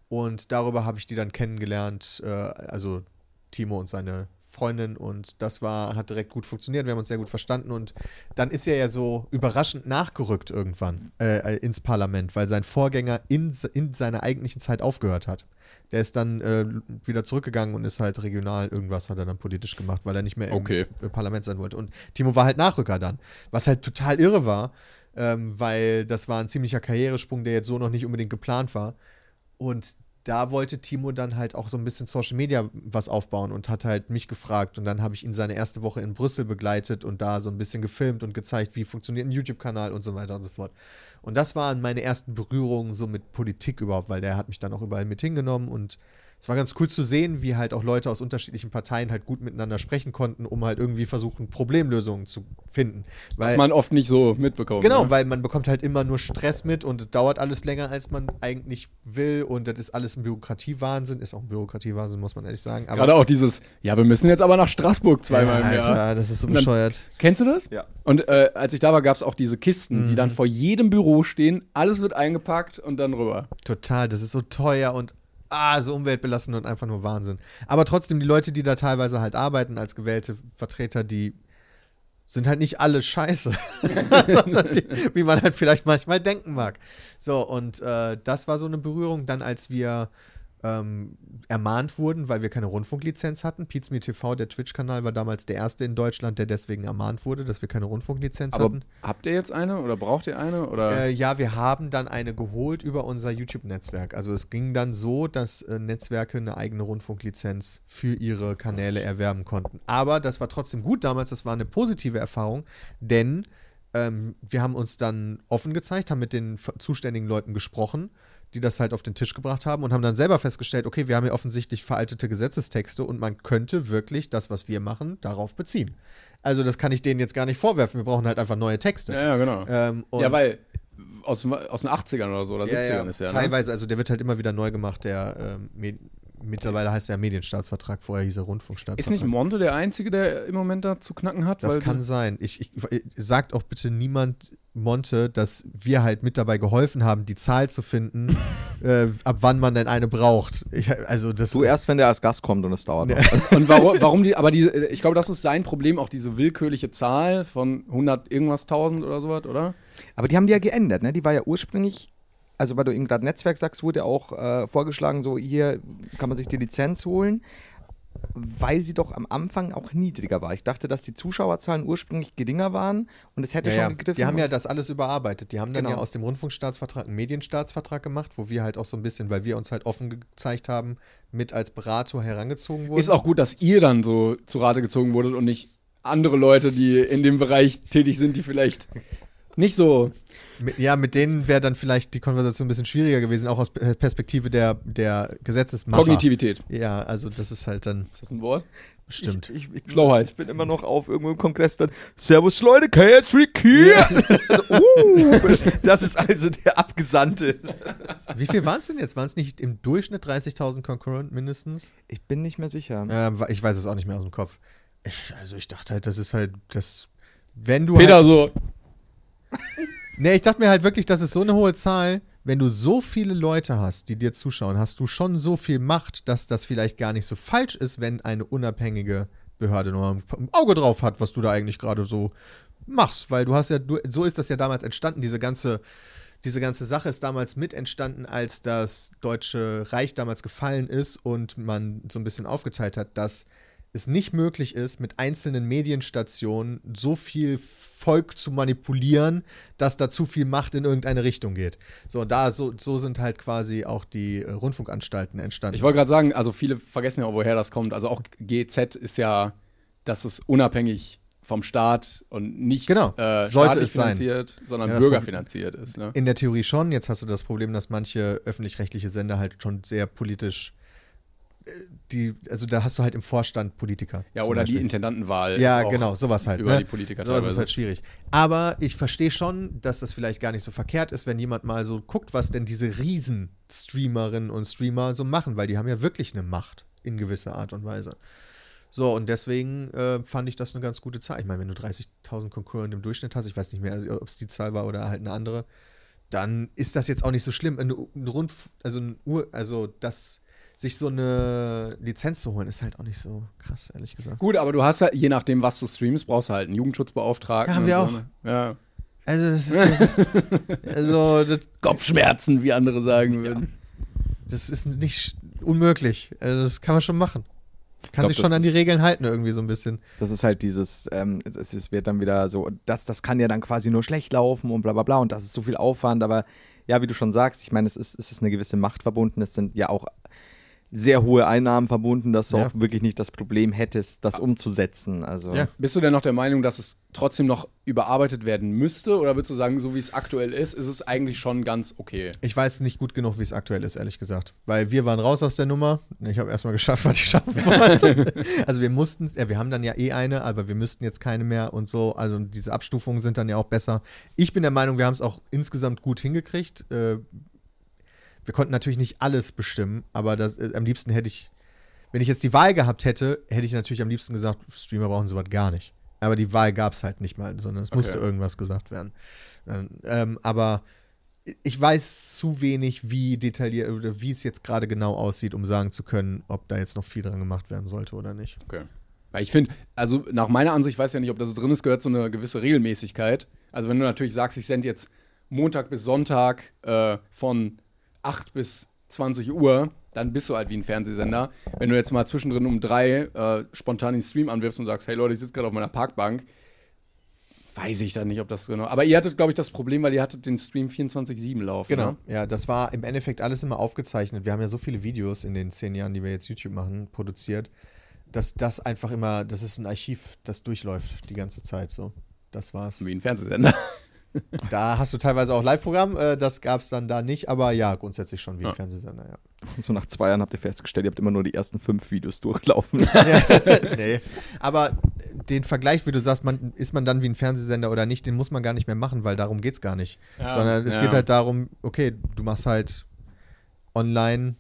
Und darüber habe ich die dann kennengelernt, äh, also Timo und seine Freundin und das war, hat direkt gut funktioniert, wir haben uns sehr gut verstanden und dann ist er ja so überraschend nachgerückt irgendwann äh, ins Parlament, weil sein Vorgänger in, se- in seiner eigentlichen Zeit aufgehört hat. Der ist dann äh, wieder zurückgegangen und ist halt regional irgendwas hat er dann politisch gemacht, weil er nicht mehr im Okay. äh, Parlament sein wollte. Und Timo war halt Nachrücker dann, was halt total irre war, ähm, weil das war ein ziemlicher Karrieresprung, der jetzt so noch nicht unbedingt geplant war. Und da wollte Timo dann halt auch so ein bisschen Social Media was aufbauen und hat halt mich gefragt. Und dann habe ich ihn seine erste Woche in Brüssel begleitet und da so ein bisschen gefilmt und gezeigt, wie funktioniert ein YouTube-Kanal und so weiter und so fort. Und das waren meine ersten Berührungen so mit Politik überhaupt, weil der hat mich dann auch überall mit hingenommen und es war ganz cool zu sehen, wie halt auch Leute aus unterschiedlichen Parteien halt gut miteinander sprechen konnten, um halt irgendwie versuchen, Problemlösungen zu finden. Weil Was man oft nicht so mitbekommt. Genau, ne? weil man bekommt halt immer nur Stress mit und es dauert alles länger, als man eigentlich will. Und das ist alles ein Bürokratiewahnsinn. Ist auch ein Bürokratiewahnsinn, muss man ehrlich sagen. Aber Gerade auch dieses, ja, wir müssen jetzt aber nach Straßburg zweimal im Jahr. Alter, das ist so Und dann- bescheuert. Kennst du das? Ja. Und äh, als ich da war, gab es auch diese Kisten, die dann Mhm. vor jedem Büro stehen. Alles wird eingepackt und dann rüber. Total, das ist so teuer und ah, so umweltbelastend und einfach nur Wahnsinn. Aber trotzdem, die Leute, die da teilweise halt arbeiten als gewählte Vertreter, die sind halt nicht alle scheiße, sondern die, wie man halt vielleicht manchmal denken mag. So, und äh, das war so eine Berührung. Dann, als wir ähm, ermahnt wurden, weil wir keine Rundfunklizenz hatten, Pizmi TV, der Twitch-Kanal, war damals der erste in Deutschland, der deswegen ermahnt wurde, dass wir keine Rundfunklizenz Aber hatten. habt ihr jetzt eine oder braucht ihr eine? Oder? Äh, ja, wir haben dann eine geholt über unser YouTube-Netzwerk. Also es ging dann so, dass äh, Netzwerke eine eigene Rundfunklizenz für ihre Kanäle erwerben konnten. Aber das war trotzdem gut damals, das war eine positive Erfahrung, denn ähm, wir haben uns dann offen gezeigt, haben mit den ver- zuständigen Leuten gesprochen, die das halt auf den Tisch gebracht haben und haben dann selber festgestellt, okay, wir haben hier offensichtlich veraltete Gesetzestexte und man könnte wirklich das, was wir machen, darauf beziehen. Also das kann ich denen jetzt gar nicht vorwerfen, wir brauchen halt einfach neue Texte. ja, ja, genau. Ähm, und- ja, weil aus, aus den 80ern oder so oder 70ern ist ja. Ne? Teilweise, also der wird halt immer wieder neu gemacht, der ähm, Med mittlerweile heißt der Medienstaatsvertrag, vorher hieß er Ist Rundfunkstaatsvertrag. nicht Monte der Einzige, der im Moment da zu knacken hat? das Weil- kann sein. Ich, ich, sagt auch bitte niemand Monte, dass wir halt mit dabei geholfen haben, die Zahl zu finden, äh, ab wann man denn eine braucht. Ich, also das Du erst, wenn der als Gast kommt und es dauert. noch. Und warum, warum die, aber diese, ich glaube, das ist sein Problem, auch diese willkürliche Zahl von 100 irgendwas 1000 oder sowas, oder? Aber die haben die ja geändert, ne? Die war ja ursprünglich, also weil du eben gerade Netzwerk sagst, wurde auch äh, vorgeschlagen, so hier kann man sich die Lizenz holen, weil sie doch am Anfang auch niedriger war. Ich dachte, dass die Zuschauerzahlen ursprünglich geringer waren und es hätte ja, schon ja. gegriffen. Die haben ja und- das alles überarbeitet. Die haben dann Genau. ja aus dem Rundfunkstaatsvertrag einen Medienstaatsvertrag gemacht, wo wir halt auch so ein bisschen, weil wir uns halt offen gezeigt haben, mit als Berater herangezogen wurden. Ist auch gut, dass ihr dann so zu Rate gezogen wurdet und nicht andere Leute, die in dem Bereich tätig sind, die vielleicht nicht so. Mit- Ja, mit denen wäre dann vielleicht die Konversation ein bisschen schwieriger gewesen, auch aus P- Perspektive der, der Gesetzesmacher. Kognitivität. Ja, also das ist halt dann Ist das ein Wort? Stimmt. Ich, ich, ich, Schlauheit. Ich bin immer noch auf irgendeinem Kongress dann. Servus Leute, KS3 hier! Also, uh, das ist also der Abgesandte. Wie viel waren es denn jetzt? Waren es nicht im Durchschnitt 30.000 Concurrent mindestens? Ich bin nicht mehr sicher. Ähm, wa- ich weiß es auch nicht mehr aus dem Kopf. Ich, also ich dachte halt, das ist halt das. Wenn du. Peter Halt, so, nee, ich dachte mir halt wirklich, das ist so eine hohe Zahl. Wenn du so viele Leute hast, die dir zuschauen, hast du schon so viel Macht, dass das vielleicht gar nicht so falsch ist, wenn eine unabhängige Behörde nur ein Auge drauf hat, was du da eigentlich gerade so machst. Weil du hast ja, du, so ist das ja damals entstanden, diese ganze diese ganze Sache ist damals mit entstanden, als das Deutsche Reich damals gefallen ist und man so ein bisschen aufgeteilt hat, dass es nicht möglich ist, mit einzelnen Medienstationen so viel Volk zu manipulieren, dass da zu viel Macht in irgendeine Richtung geht. So, und da so, so sind halt quasi auch die äh, Rundfunkanstalten entstanden. Ich wollte gerade sagen, also viele vergessen ja auch, woher das kommt. Also auch GZ ist ja, dass es unabhängig vom Staat und nicht Genau. äh, Sollte staatlich es sein. finanziert, sondern Ja, das bürgerfinanziert ist. Ne? In der Theorie schon. Jetzt hast du das Problem, dass manche öffentlich-rechtliche Sender halt schon sehr politisch äh, die, also da hast du halt im Vorstand Politiker. Ja, zum oder die Beispiel. Intendantenwahl. Ja, ist auch genau, sowas halt. Über ne? die Politiker Sowas ist teilweise. halt schwierig. Aber ich verstehe schon, dass das vielleicht gar nicht so verkehrt ist, wenn jemand mal so guckt, was denn diese Riesen-Streamerinnen und Streamer so machen, weil die haben ja wirklich eine Macht in gewisser Art und Weise. So, und deswegen äh, fand ich das eine ganz gute Zahl. Ich meine, wenn du 30.000 Concurrent im Durchschnitt hast, ich weiß nicht mehr, ob es die Zahl war oder halt eine andere, dann ist das jetzt auch nicht so schlimm. Ein, ein Rund, also ein Ur, also das, sich so eine Lizenz zu holen, ist halt auch nicht so krass, ehrlich gesagt. Gut, aber du hast ja, je nachdem, was du streamst, brauchst du halt einen Jugendschutzbeauftragten. Ja, haben wir und so, auch. ne? Ja. Also, das ist, also das, Kopfschmerzen, wie andere sagen würden. das ist nicht sch- unmöglich. Also, das kann man schon machen. Kann glaub, sich schon das an die ist- Regeln halten, irgendwie so ein bisschen. Das ist halt dieses, ähm, es, es- es wird dann wieder so, das, das kann ja dann quasi nur schlecht laufen und bla bla bla und das ist so viel Aufwand, aber ja, wie du schon sagst, ich meine, es ist, es ist eine gewisse Macht verbunden, es sind ja auch sehr hohe Einnahmen verbunden, dass du Ja. auch wirklich nicht das Problem hättest, das umzusetzen. Also Ja. Bist du denn noch der Meinung, dass es trotzdem noch überarbeitet werden müsste? Oder würdest du sagen, so wie es aktuell ist, ist es eigentlich schon ganz okay? Ich weiß nicht gut genug, wie es aktuell ist, ehrlich gesagt. Weil wir waren raus aus der Nummer. Ich habe erstmal geschafft, was ich schaffen wollte. also wir mussten, ja, wir haben dann ja eh eine, aber wir müssten jetzt keine mehr und so. Also diese Abstufungen sind dann ja auch besser. Ich bin der Meinung, wir haben es auch insgesamt gut hingekriegt. Äh, wir konnten natürlich nicht alles bestimmen, aber das, äh, am liebsten hätte ich, wenn ich jetzt die Wahl gehabt hätte, hätte ich natürlich am liebsten gesagt, Streamer brauchen sowas gar nicht. Aber die Wahl gab es halt nicht mal, sondern es musste irgendwas gesagt werden. Dann, Ähm, aber ich weiß zu wenig, wie detailliert oder wie es jetzt gerade genau aussieht, um sagen zu können, ob da jetzt noch viel dran gemacht werden sollte oder nicht. Okay. Weil ich finde, also nach meiner Ansicht, ich weiß ja nicht, ob das drin ist, gehört so eine gewisse Regelmäßigkeit. Also wenn du natürlich sagst, ich sende jetzt Montag bis Sonntag äh, von 8 bis 20 Uhr, dann bist du halt wie ein Fernsehsender. Wenn du jetzt mal zwischendrin um drei äh, spontan den Stream anwirfst und sagst, hey Leute, ich sitze gerade auf meiner Parkbank, weiß ich dann nicht, ob das genau. Aber ihr hattet, glaube ich, das Problem, weil ihr hattet den Stream 24-7 laufen. Ne? Ja, das war im Endeffekt alles immer aufgezeichnet. Wir haben ja so viele Videos in den zehn Jahren, die wir jetzt YouTube machen, produziert, dass das einfach immer, das ist ein Archiv, das durchläuft die ganze Zeit so. Das war's. Wie ein Fernsehsender. Da hast du teilweise auch Live-Programm, äh, das gab's dann da nicht, aber ja, grundsätzlich schon wie ein Fernsehsender, ja. so nach zwei Jahren habt ihr festgestellt, ihr habt immer nur die ersten fünf Videos durchlaufen. nee. Aber den Vergleich, wie du sagst, man, ist man dann wie ein Fernsehsender oder nicht, den muss man gar nicht mehr machen, weil darum geht es gar nicht. Sondern es ja. geht halt darum, okay, du machst halt online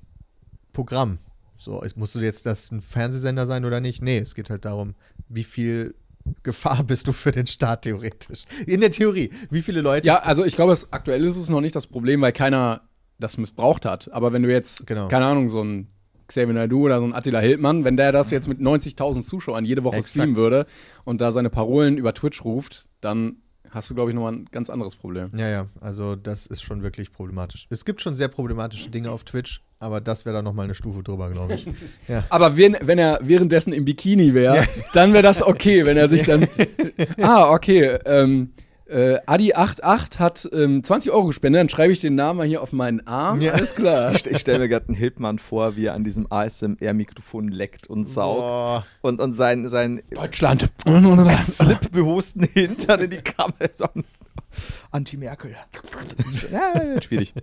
Programm. So, es musst du jetzt das ein Fernsehsender sein oder nicht? Nee, es geht halt darum, wie viel Gefahr bist du für den Staat theoretisch. In der Theorie. Wie viele Leute. Ja, also ich glaube, es, aktuell ist es noch nicht das Problem, weil keiner das missbraucht hat. Aber wenn du jetzt, Genau. keine Ahnung, so ein Xavier Naidoo oder so ein Attila Hildmann, wenn der das jetzt mit 90.000 Zuschauern jede Woche Exakt. streamen würde und da seine Parolen über Twitch ruft, dann hast du, glaube ich, nochmal ein ganz anderes Problem. Ja, ja, also das ist schon wirklich problematisch. Es gibt schon sehr problematische Dinge auf Twitch, aber das wäre dann nochmal eine Stufe drüber, glaube ich. Aber wenn, wenn er währenddessen im Bikini wäre, dann wäre das okay, wenn er sich dann. ah, okay. Ähm, äh, Adi88 hat ähm, 20 Euro gespendet, dann schreibe ich den Namen mal hier auf meinen Arm. Ja. Alles klar. Ich stelle mir gerade einen Hildmann vor, wie er an diesem ASMR-Mikrofon leckt und saugt Boah. und, und sein, sein Deutschland. slipbehosten Hintern in die Kamera. So, Anti-Merkel. Ja, Schwierig.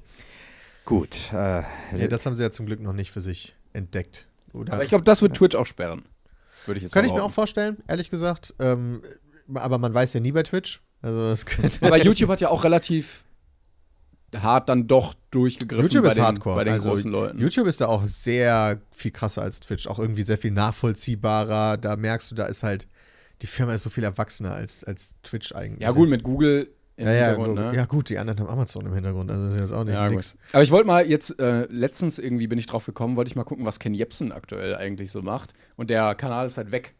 Gut. Äh, Also Ja, das haben sie ja zum Glück noch nicht für sich entdeckt. Oder? Aber ich glaube, das wird Twitch auch sperren. Würde ich jetzt Könnte ich mal mir auch vorstellen, ehrlich gesagt. Ähm, aber man weiß ja nie bei Twitch. Also das könnte Aber YouTube hat ja auch relativ hart dann doch durchgegriffen YouTube bei ist den, Hardcore. bei den also großen Leuten. YouTube ist da auch sehr viel krasser als Twitch, auch irgendwie sehr viel nachvollziehbarer. Da merkst du, da ist halt die Firma ist so viel erwachsener als, als Twitch eigentlich. ja, gut, mit Google im Ja, ja, Hintergrund, gut, ne? ja gut, die anderen haben Amazon im Hintergrund, also das ist jetzt auch nicht Ja, nix. gut. Aber ich wollte mal jetzt, äh, letztens irgendwie bin ich drauf gekommen, wollte ich mal gucken, was Ken Jebsen aktuell eigentlich so macht. Und der Kanal ist halt weg.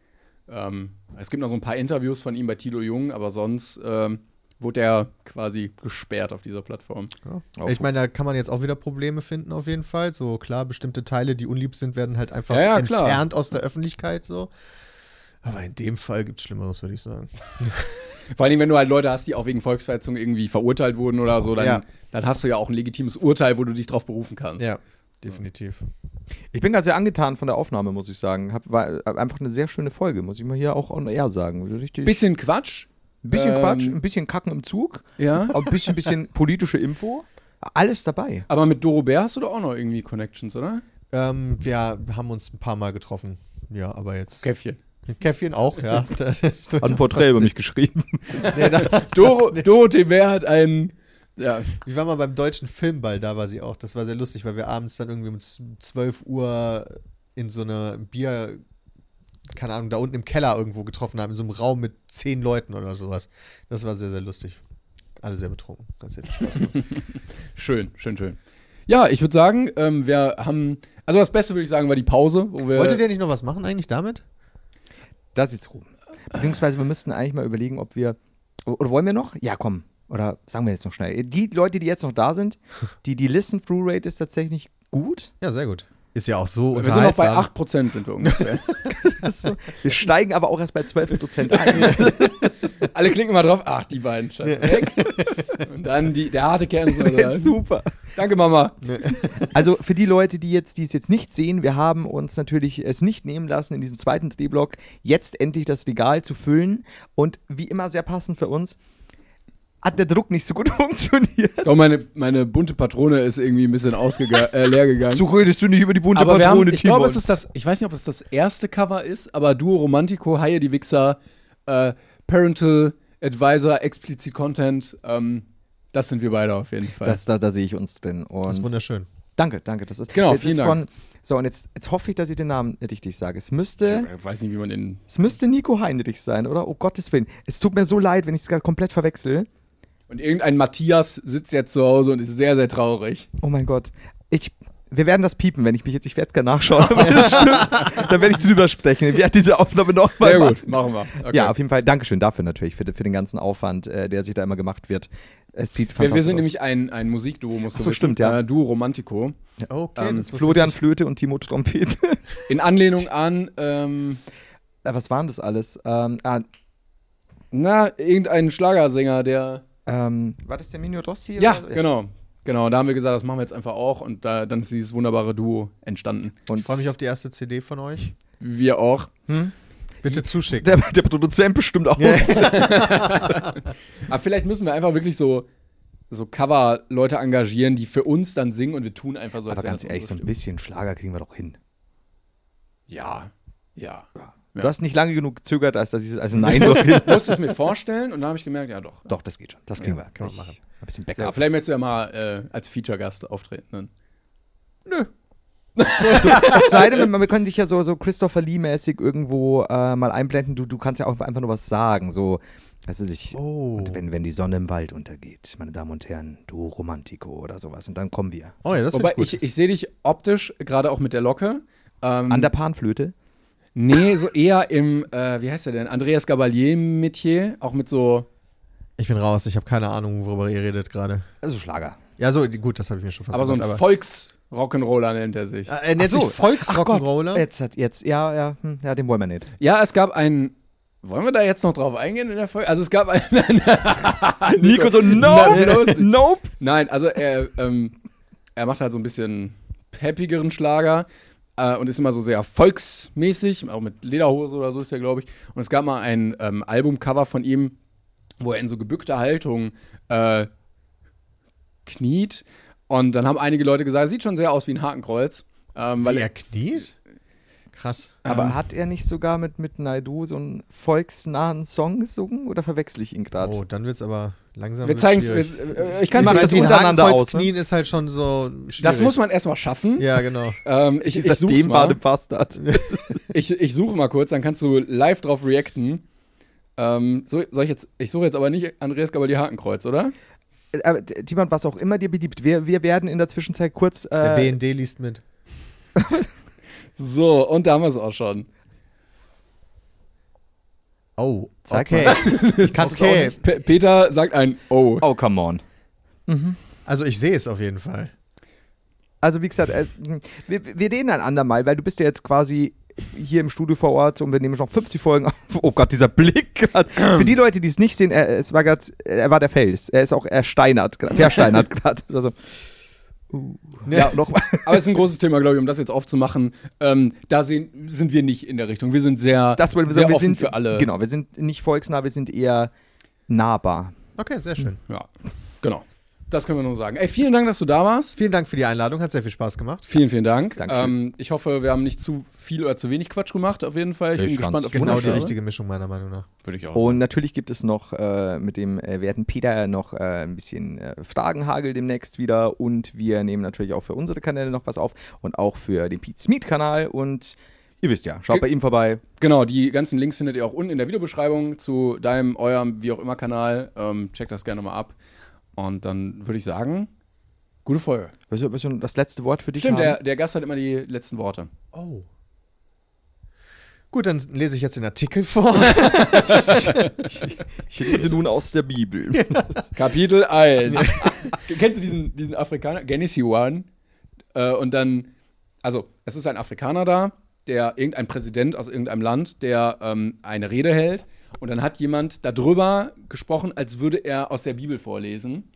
Ähm, es gibt noch so ein paar Interviews von ihm bei Tilo Jung, aber sonst ähm, wurde er quasi gesperrt auf dieser Plattform. Ja. Ich meine, da kann man jetzt auch wieder Probleme finden auf jeden Fall. So klar, bestimmte Teile, die unlieb sind, werden halt einfach Ja, ja, klar. entfernt aus der Öffentlichkeit so. Aber in dem Fall gibt es Schlimmeres, würde ich sagen. Vor allem, wenn du halt Leute hast, die auch wegen Volksverhetzung irgendwie verurteilt wurden oder so, dann, Ja. dann hast du ja auch ein legitimes Urteil, wo du dich drauf berufen kannst. Ja, definitiv. Ich bin ganz sehr angetan von der Aufnahme, muss ich sagen. Hab, war hab einfach eine sehr schöne Folge, muss ich mal hier auch on air sagen. Richtig, Bisschen Quatsch. bisschen ähm, Quatsch, ein bisschen Kacken im Zug, Ja. auch ein bisschen, bisschen politische Info. Alles dabei. Aber mit Doro Bär hast du doch auch noch irgendwie Connections, oder? Ähm, wir haben uns ein paar Mal getroffen. Ja, aber jetzt. Käffchen. Käffchen auch, ja. Das ist durchaus passiert. geschrieben. Nee, da, Doro, das nicht. Dorothee Bär hat einen. Ja, Ich war mal beim deutschen Filmball, da war sie auch. Das war sehr lustig, weil wir abends dann irgendwie um z- 12 Uhr in so einer Bier, keine Ahnung, da unten im Keller irgendwo getroffen haben, in so einem Raum mit zehn Leuten oder sowas. Das war sehr, sehr lustig. Alle sehr betrunken. Ganz sehr viel Spaß. Äh, gemacht. schön, schön, schön. Ja, ich würde sagen, ähm, wir haben. Also das Beste würde ich sagen war die Pause, wo wir. Wolltet ihr nicht noch was machen eigentlich damit? Das ist rum. Beziehungsweise wir müssten eigentlich mal überlegen, ob wir. Oder wollen wir noch? Ja, komm. Oder sagen wir jetzt noch schnell. Die Leute, die jetzt noch da sind, die, die Listen-Through-Rate ist tatsächlich gut. Ja, sehr gut. Ist ja auch so wir sind noch bei unterhaltsam. 8% sind wir ungefähr. Das ist so. Wir steigen aber auch erst bei 12 Prozent ein. Alle klicken mal drauf, ach, die beiden scheiße. Weg. Und dann die, der harte Kern. so, Das ist oder? super. Danke, Mama. Also für die Leute, die jetzt, die es jetzt nicht sehen, wir haben uns natürlich es nicht nehmen lassen, in diesem zweiten Drehblock jetzt endlich das Regal zu füllen. Und wie immer sehr passend für uns, hat der Druck nicht so gut funktioniert. Doch, Oh, meine, meine bunte Patrone ist irgendwie ein bisschen ausgega- äh, leer gegangen. redest du nicht über die bunte aber wir haben, ich glaube, es ist das, ich weiß nicht, ob es das erste Cover ist, aber Duo Romantico, Haie die Wichser, äh, Parental Advisor, Explicit Content, ähm, das sind wir beide auf jeden Fall. das, da, da sehe ich uns drin. Und Das ist wunderschön. Danke, danke. Das ist, Genau, das vielen ist Dank. Von, so, und jetzt, jetzt hoffe ich, dass ich den Namen richtig sage. Es müsste, ich weiß nicht, wie man den. es müsste Nico Heinrich sein, oder? Oh Gottes Willen. Es tut mir so leid, wenn ich es gerade komplett verwechsel. Und irgendein Matthias sitzt jetzt zu Hause und ist sehr, sehr traurig. Oh mein Gott. Ich, wir werden das piepen, wenn ich mich jetzt, ich werde es gerne nachschauen, wenn das stimmt. Dann werde ich drüber sprechen. Ich werde diese Aufnahme nochmal Sehr gut, machen wir. Okay. Ja, auf jeden Fall. Dankeschön dafür natürlich, für, für den ganzen Aufwand, äh, der sich da immer gemacht wird. Es sieht wir, fantastisch wir sind aus. nämlich ein, ein Musikduo, musst du Ach so, wissen. stimmt, ja. Äh, Duo Romantico. Okay, Ähm, das wusste Florian Flöte und Timo Trompete. In Anlehnung an, ähm, Äh, Was waren das alles? Ähm, ah, na, irgendein Schlagersänger, der. ähm, war das der Mino Rossi? Ja, oder? genau. Genau, da haben wir gesagt, das machen wir jetzt einfach auch und da, dann ist dieses wunderbare Duo entstanden. ich. Ich freue mich auf die erste CD von euch. Wir auch. Bitte zuschicken. Der, der Produzent bestimmt auch. Aber vielleicht müssen wir einfach wirklich so, so Cover-Leute engagieren, die für uns dann singen und wir tun einfach so, als Aber wären ganz das ehrlich, so unsere ein bisschen Schlager kriegen wir doch hin. Stimmen. Ja, ja. Ja. Du hast nicht lange genug gezögert, als dass ich es als Nein doch hin. Ich musste es mir vorstellen und dann habe ich gemerkt, ja doch. Doch, das geht schon. Das kriegen wir. Kann man machen. Ein bisschen Backup. Ja, vielleicht möchtest du ja mal äh, als Feature-Gast auftreten. Dann. Es sei denn, wir- wir können dich ja so, so Christopher Lee-mäßig irgendwo äh, mal einblenden. Du, du kannst ja auch einfach nur was sagen. So, weißt du, sich, Oh. und wenn, wenn die Sonne im Wald untergeht, meine Damen und Herren, du Romantico oder sowas. Und dann kommen wir. Oh ja, das finde Wobei, ich gut. ich, ich sehe dich optisch, gerade auch mit der Locke. Ähm, An der Panflöte. nee, so eher im, äh, wie heißt der denn? Andreas Gabalier-Metier, auch mit so. ich bin raus, ich habe keine Ahnung, worüber ihr redet gerade. Also Schlager. Ja, so, die- gut, das habe ich mir schon fast aber so ein gedacht, Volks-Rock'n'Roller nennt er sich. aber- Äh, Er nennt Ach so. sich Volksrock'n'Roller. Jetzt hat jetzt, ja, ja, hm, ja, den wollen wir nicht. Ja, es gab einen. Wollen wir da jetzt noch drauf eingehen in der Folge? Also es gab einen. Nico so, nope, nope, nope. Nein, also er, ähm, er macht halt so ein bisschen peppigeren Schlager äh, und ist immer so sehr volksmäßig, auch mit Lederhose oder so ist er, glaube ich. Und es gab mal ein ähm, Albumcover von ihm, wo er in so gebückter Haltung äh, kniet. Und dann haben einige Leute gesagt, sieht schon sehr aus wie ein Hakenkreuz. Ähm, weil Weil er, er kniet? Krass. Aber hat er nicht sogar mit, mit Naidu so einen volksnahen Song gesungen oder verwechsel ich ihn gerade? Oh, dann wird's aber langsam. Wir wird's zeigen es. schwierig. Äh, ich Wir kann machen es das das, unter- untereinander Hakenkreuz aus, ne? Knien ist halt schon so. Schwierig. das muss man erstmal schaffen. Ja, genau. Ähm, ich ich, Dieser such's mal. Bastard. ich, ich suche mal kurz, dann kannst du live drauf reacten. Ähm, so, soll ich jetzt, ich suche jetzt aber nicht Andreas Gabalier Hakenkreuz, oder? Aber d- Timon, was auch immer dir beliebt, wir, wir werden in der Zwischenzeit kurz. Der Äh, BND liest mit. So, und da haben wir es auch schon. Oh, Zeig okay. ich kannte es auch Okay. nicht. Pe- Peter sagt ein Oh. Oh, come on. Also ich sehe es auf jeden Fall. Also, wie gesagt, es, wir, wir reden ein andermal, weil du bist ja jetzt quasi hier im Studio vor Ort und wir nehmen schon 50 Folgen auf. Oh Gott, dieser Blick gerade. Für die Leute, die es nicht sehen, er, es war grad, er war der Fels. Er ist auch ersteinert, grad- versteinert gerade. Also, Ja, nochmal. Aber es ist ein großes Thema, glaube ich, um das jetzt aufzumachen. Ähm, da sehen, sind wir nicht in der Richtung. Wir sind sehr, das wollen wir sehr sagen, wir offen sind für alle. Genau, wir sind nicht volksnah, wir sind eher nahbar. Okay, sehr schön. Hm. Ja, genau. Das können wir nur sagen. Ey, vielen Dank, dass du da warst. Vielen Dank für die Einladung, hat sehr viel Spaß gemacht. Vielen, vielen Dank. Dankeschön. Ähm, ich hoffe, wir haben nicht zu viel oder zu wenig Quatsch gemacht, auf jeden Fall. Ich, Ich bin gespannt fand's auf Genau die Ausgabe. richtige Oh, Mischung meiner Meinung nach. Würde ich auch Und natürlich gibt es noch äh, mit dem äh, werten Peter noch äh, ein bisschen äh, Fragenhagel demnächst wieder. Und wir nehmen natürlich auch für unsere Kanäle noch was auf und auch für den Pete Smith-Kanal. Und ihr wisst ja, schaut Ge- bei ihm vorbei. Genau, die ganzen Links findet ihr auch unten in der Videobeschreibung zu deinem, eurem, wie auch immer Kanal. Ähm, checkt das gerne mal ab. Und dann würde ich sagen, gute Folge. Willst du, willst du das letzte Wort für dich Stimmt, haben? der, der Gast hat immer die letzten Worte. Oh. Gut, dann lese ich jetzt den Artikel vor. Ich lese nun aus der Bibel. Kapitel 1. Kennst du diesen, diesen Afrikaner? Genesiwan? Äh, und dann, also, es ist ein Afrikaner da, der irgendein Präsident aus irgendeinem Land, der ähm, eine Rede hält. Und dann hat jemand darüber gesprochen, als würde er aus der Bibel vorlesen.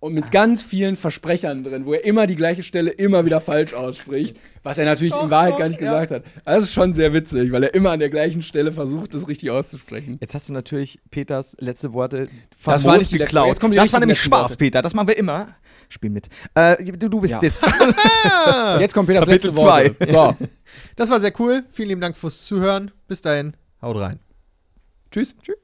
Und mit ganz vielen Versprechern drin, wo er immer die gleiche Stelle immer wieder falsch ausspricht, was er natürlich in Wahrheit gar nicht gesagt hat. Also Das ist schon sehr witzig, weil er immer an der gleichen Stelle versucht, das richtig auszusprechen. Jetzt hast du natürlich Peters letzte Worte Das famos war nicht die letzte- geklaut. jetzt kommen die das richtigen war nämlich letzten Spaß, Worte. Peter. Das machen wir immer. Spiel mit. Äh, du, du bist Ja. jetzt. Jetzt kommt Peters Kapitel letzte Worte. So, Das war sehr cool. Vielen lieben Dank fürs Zuhören. Bis dahin, haut rein. tschüss. Tschüss.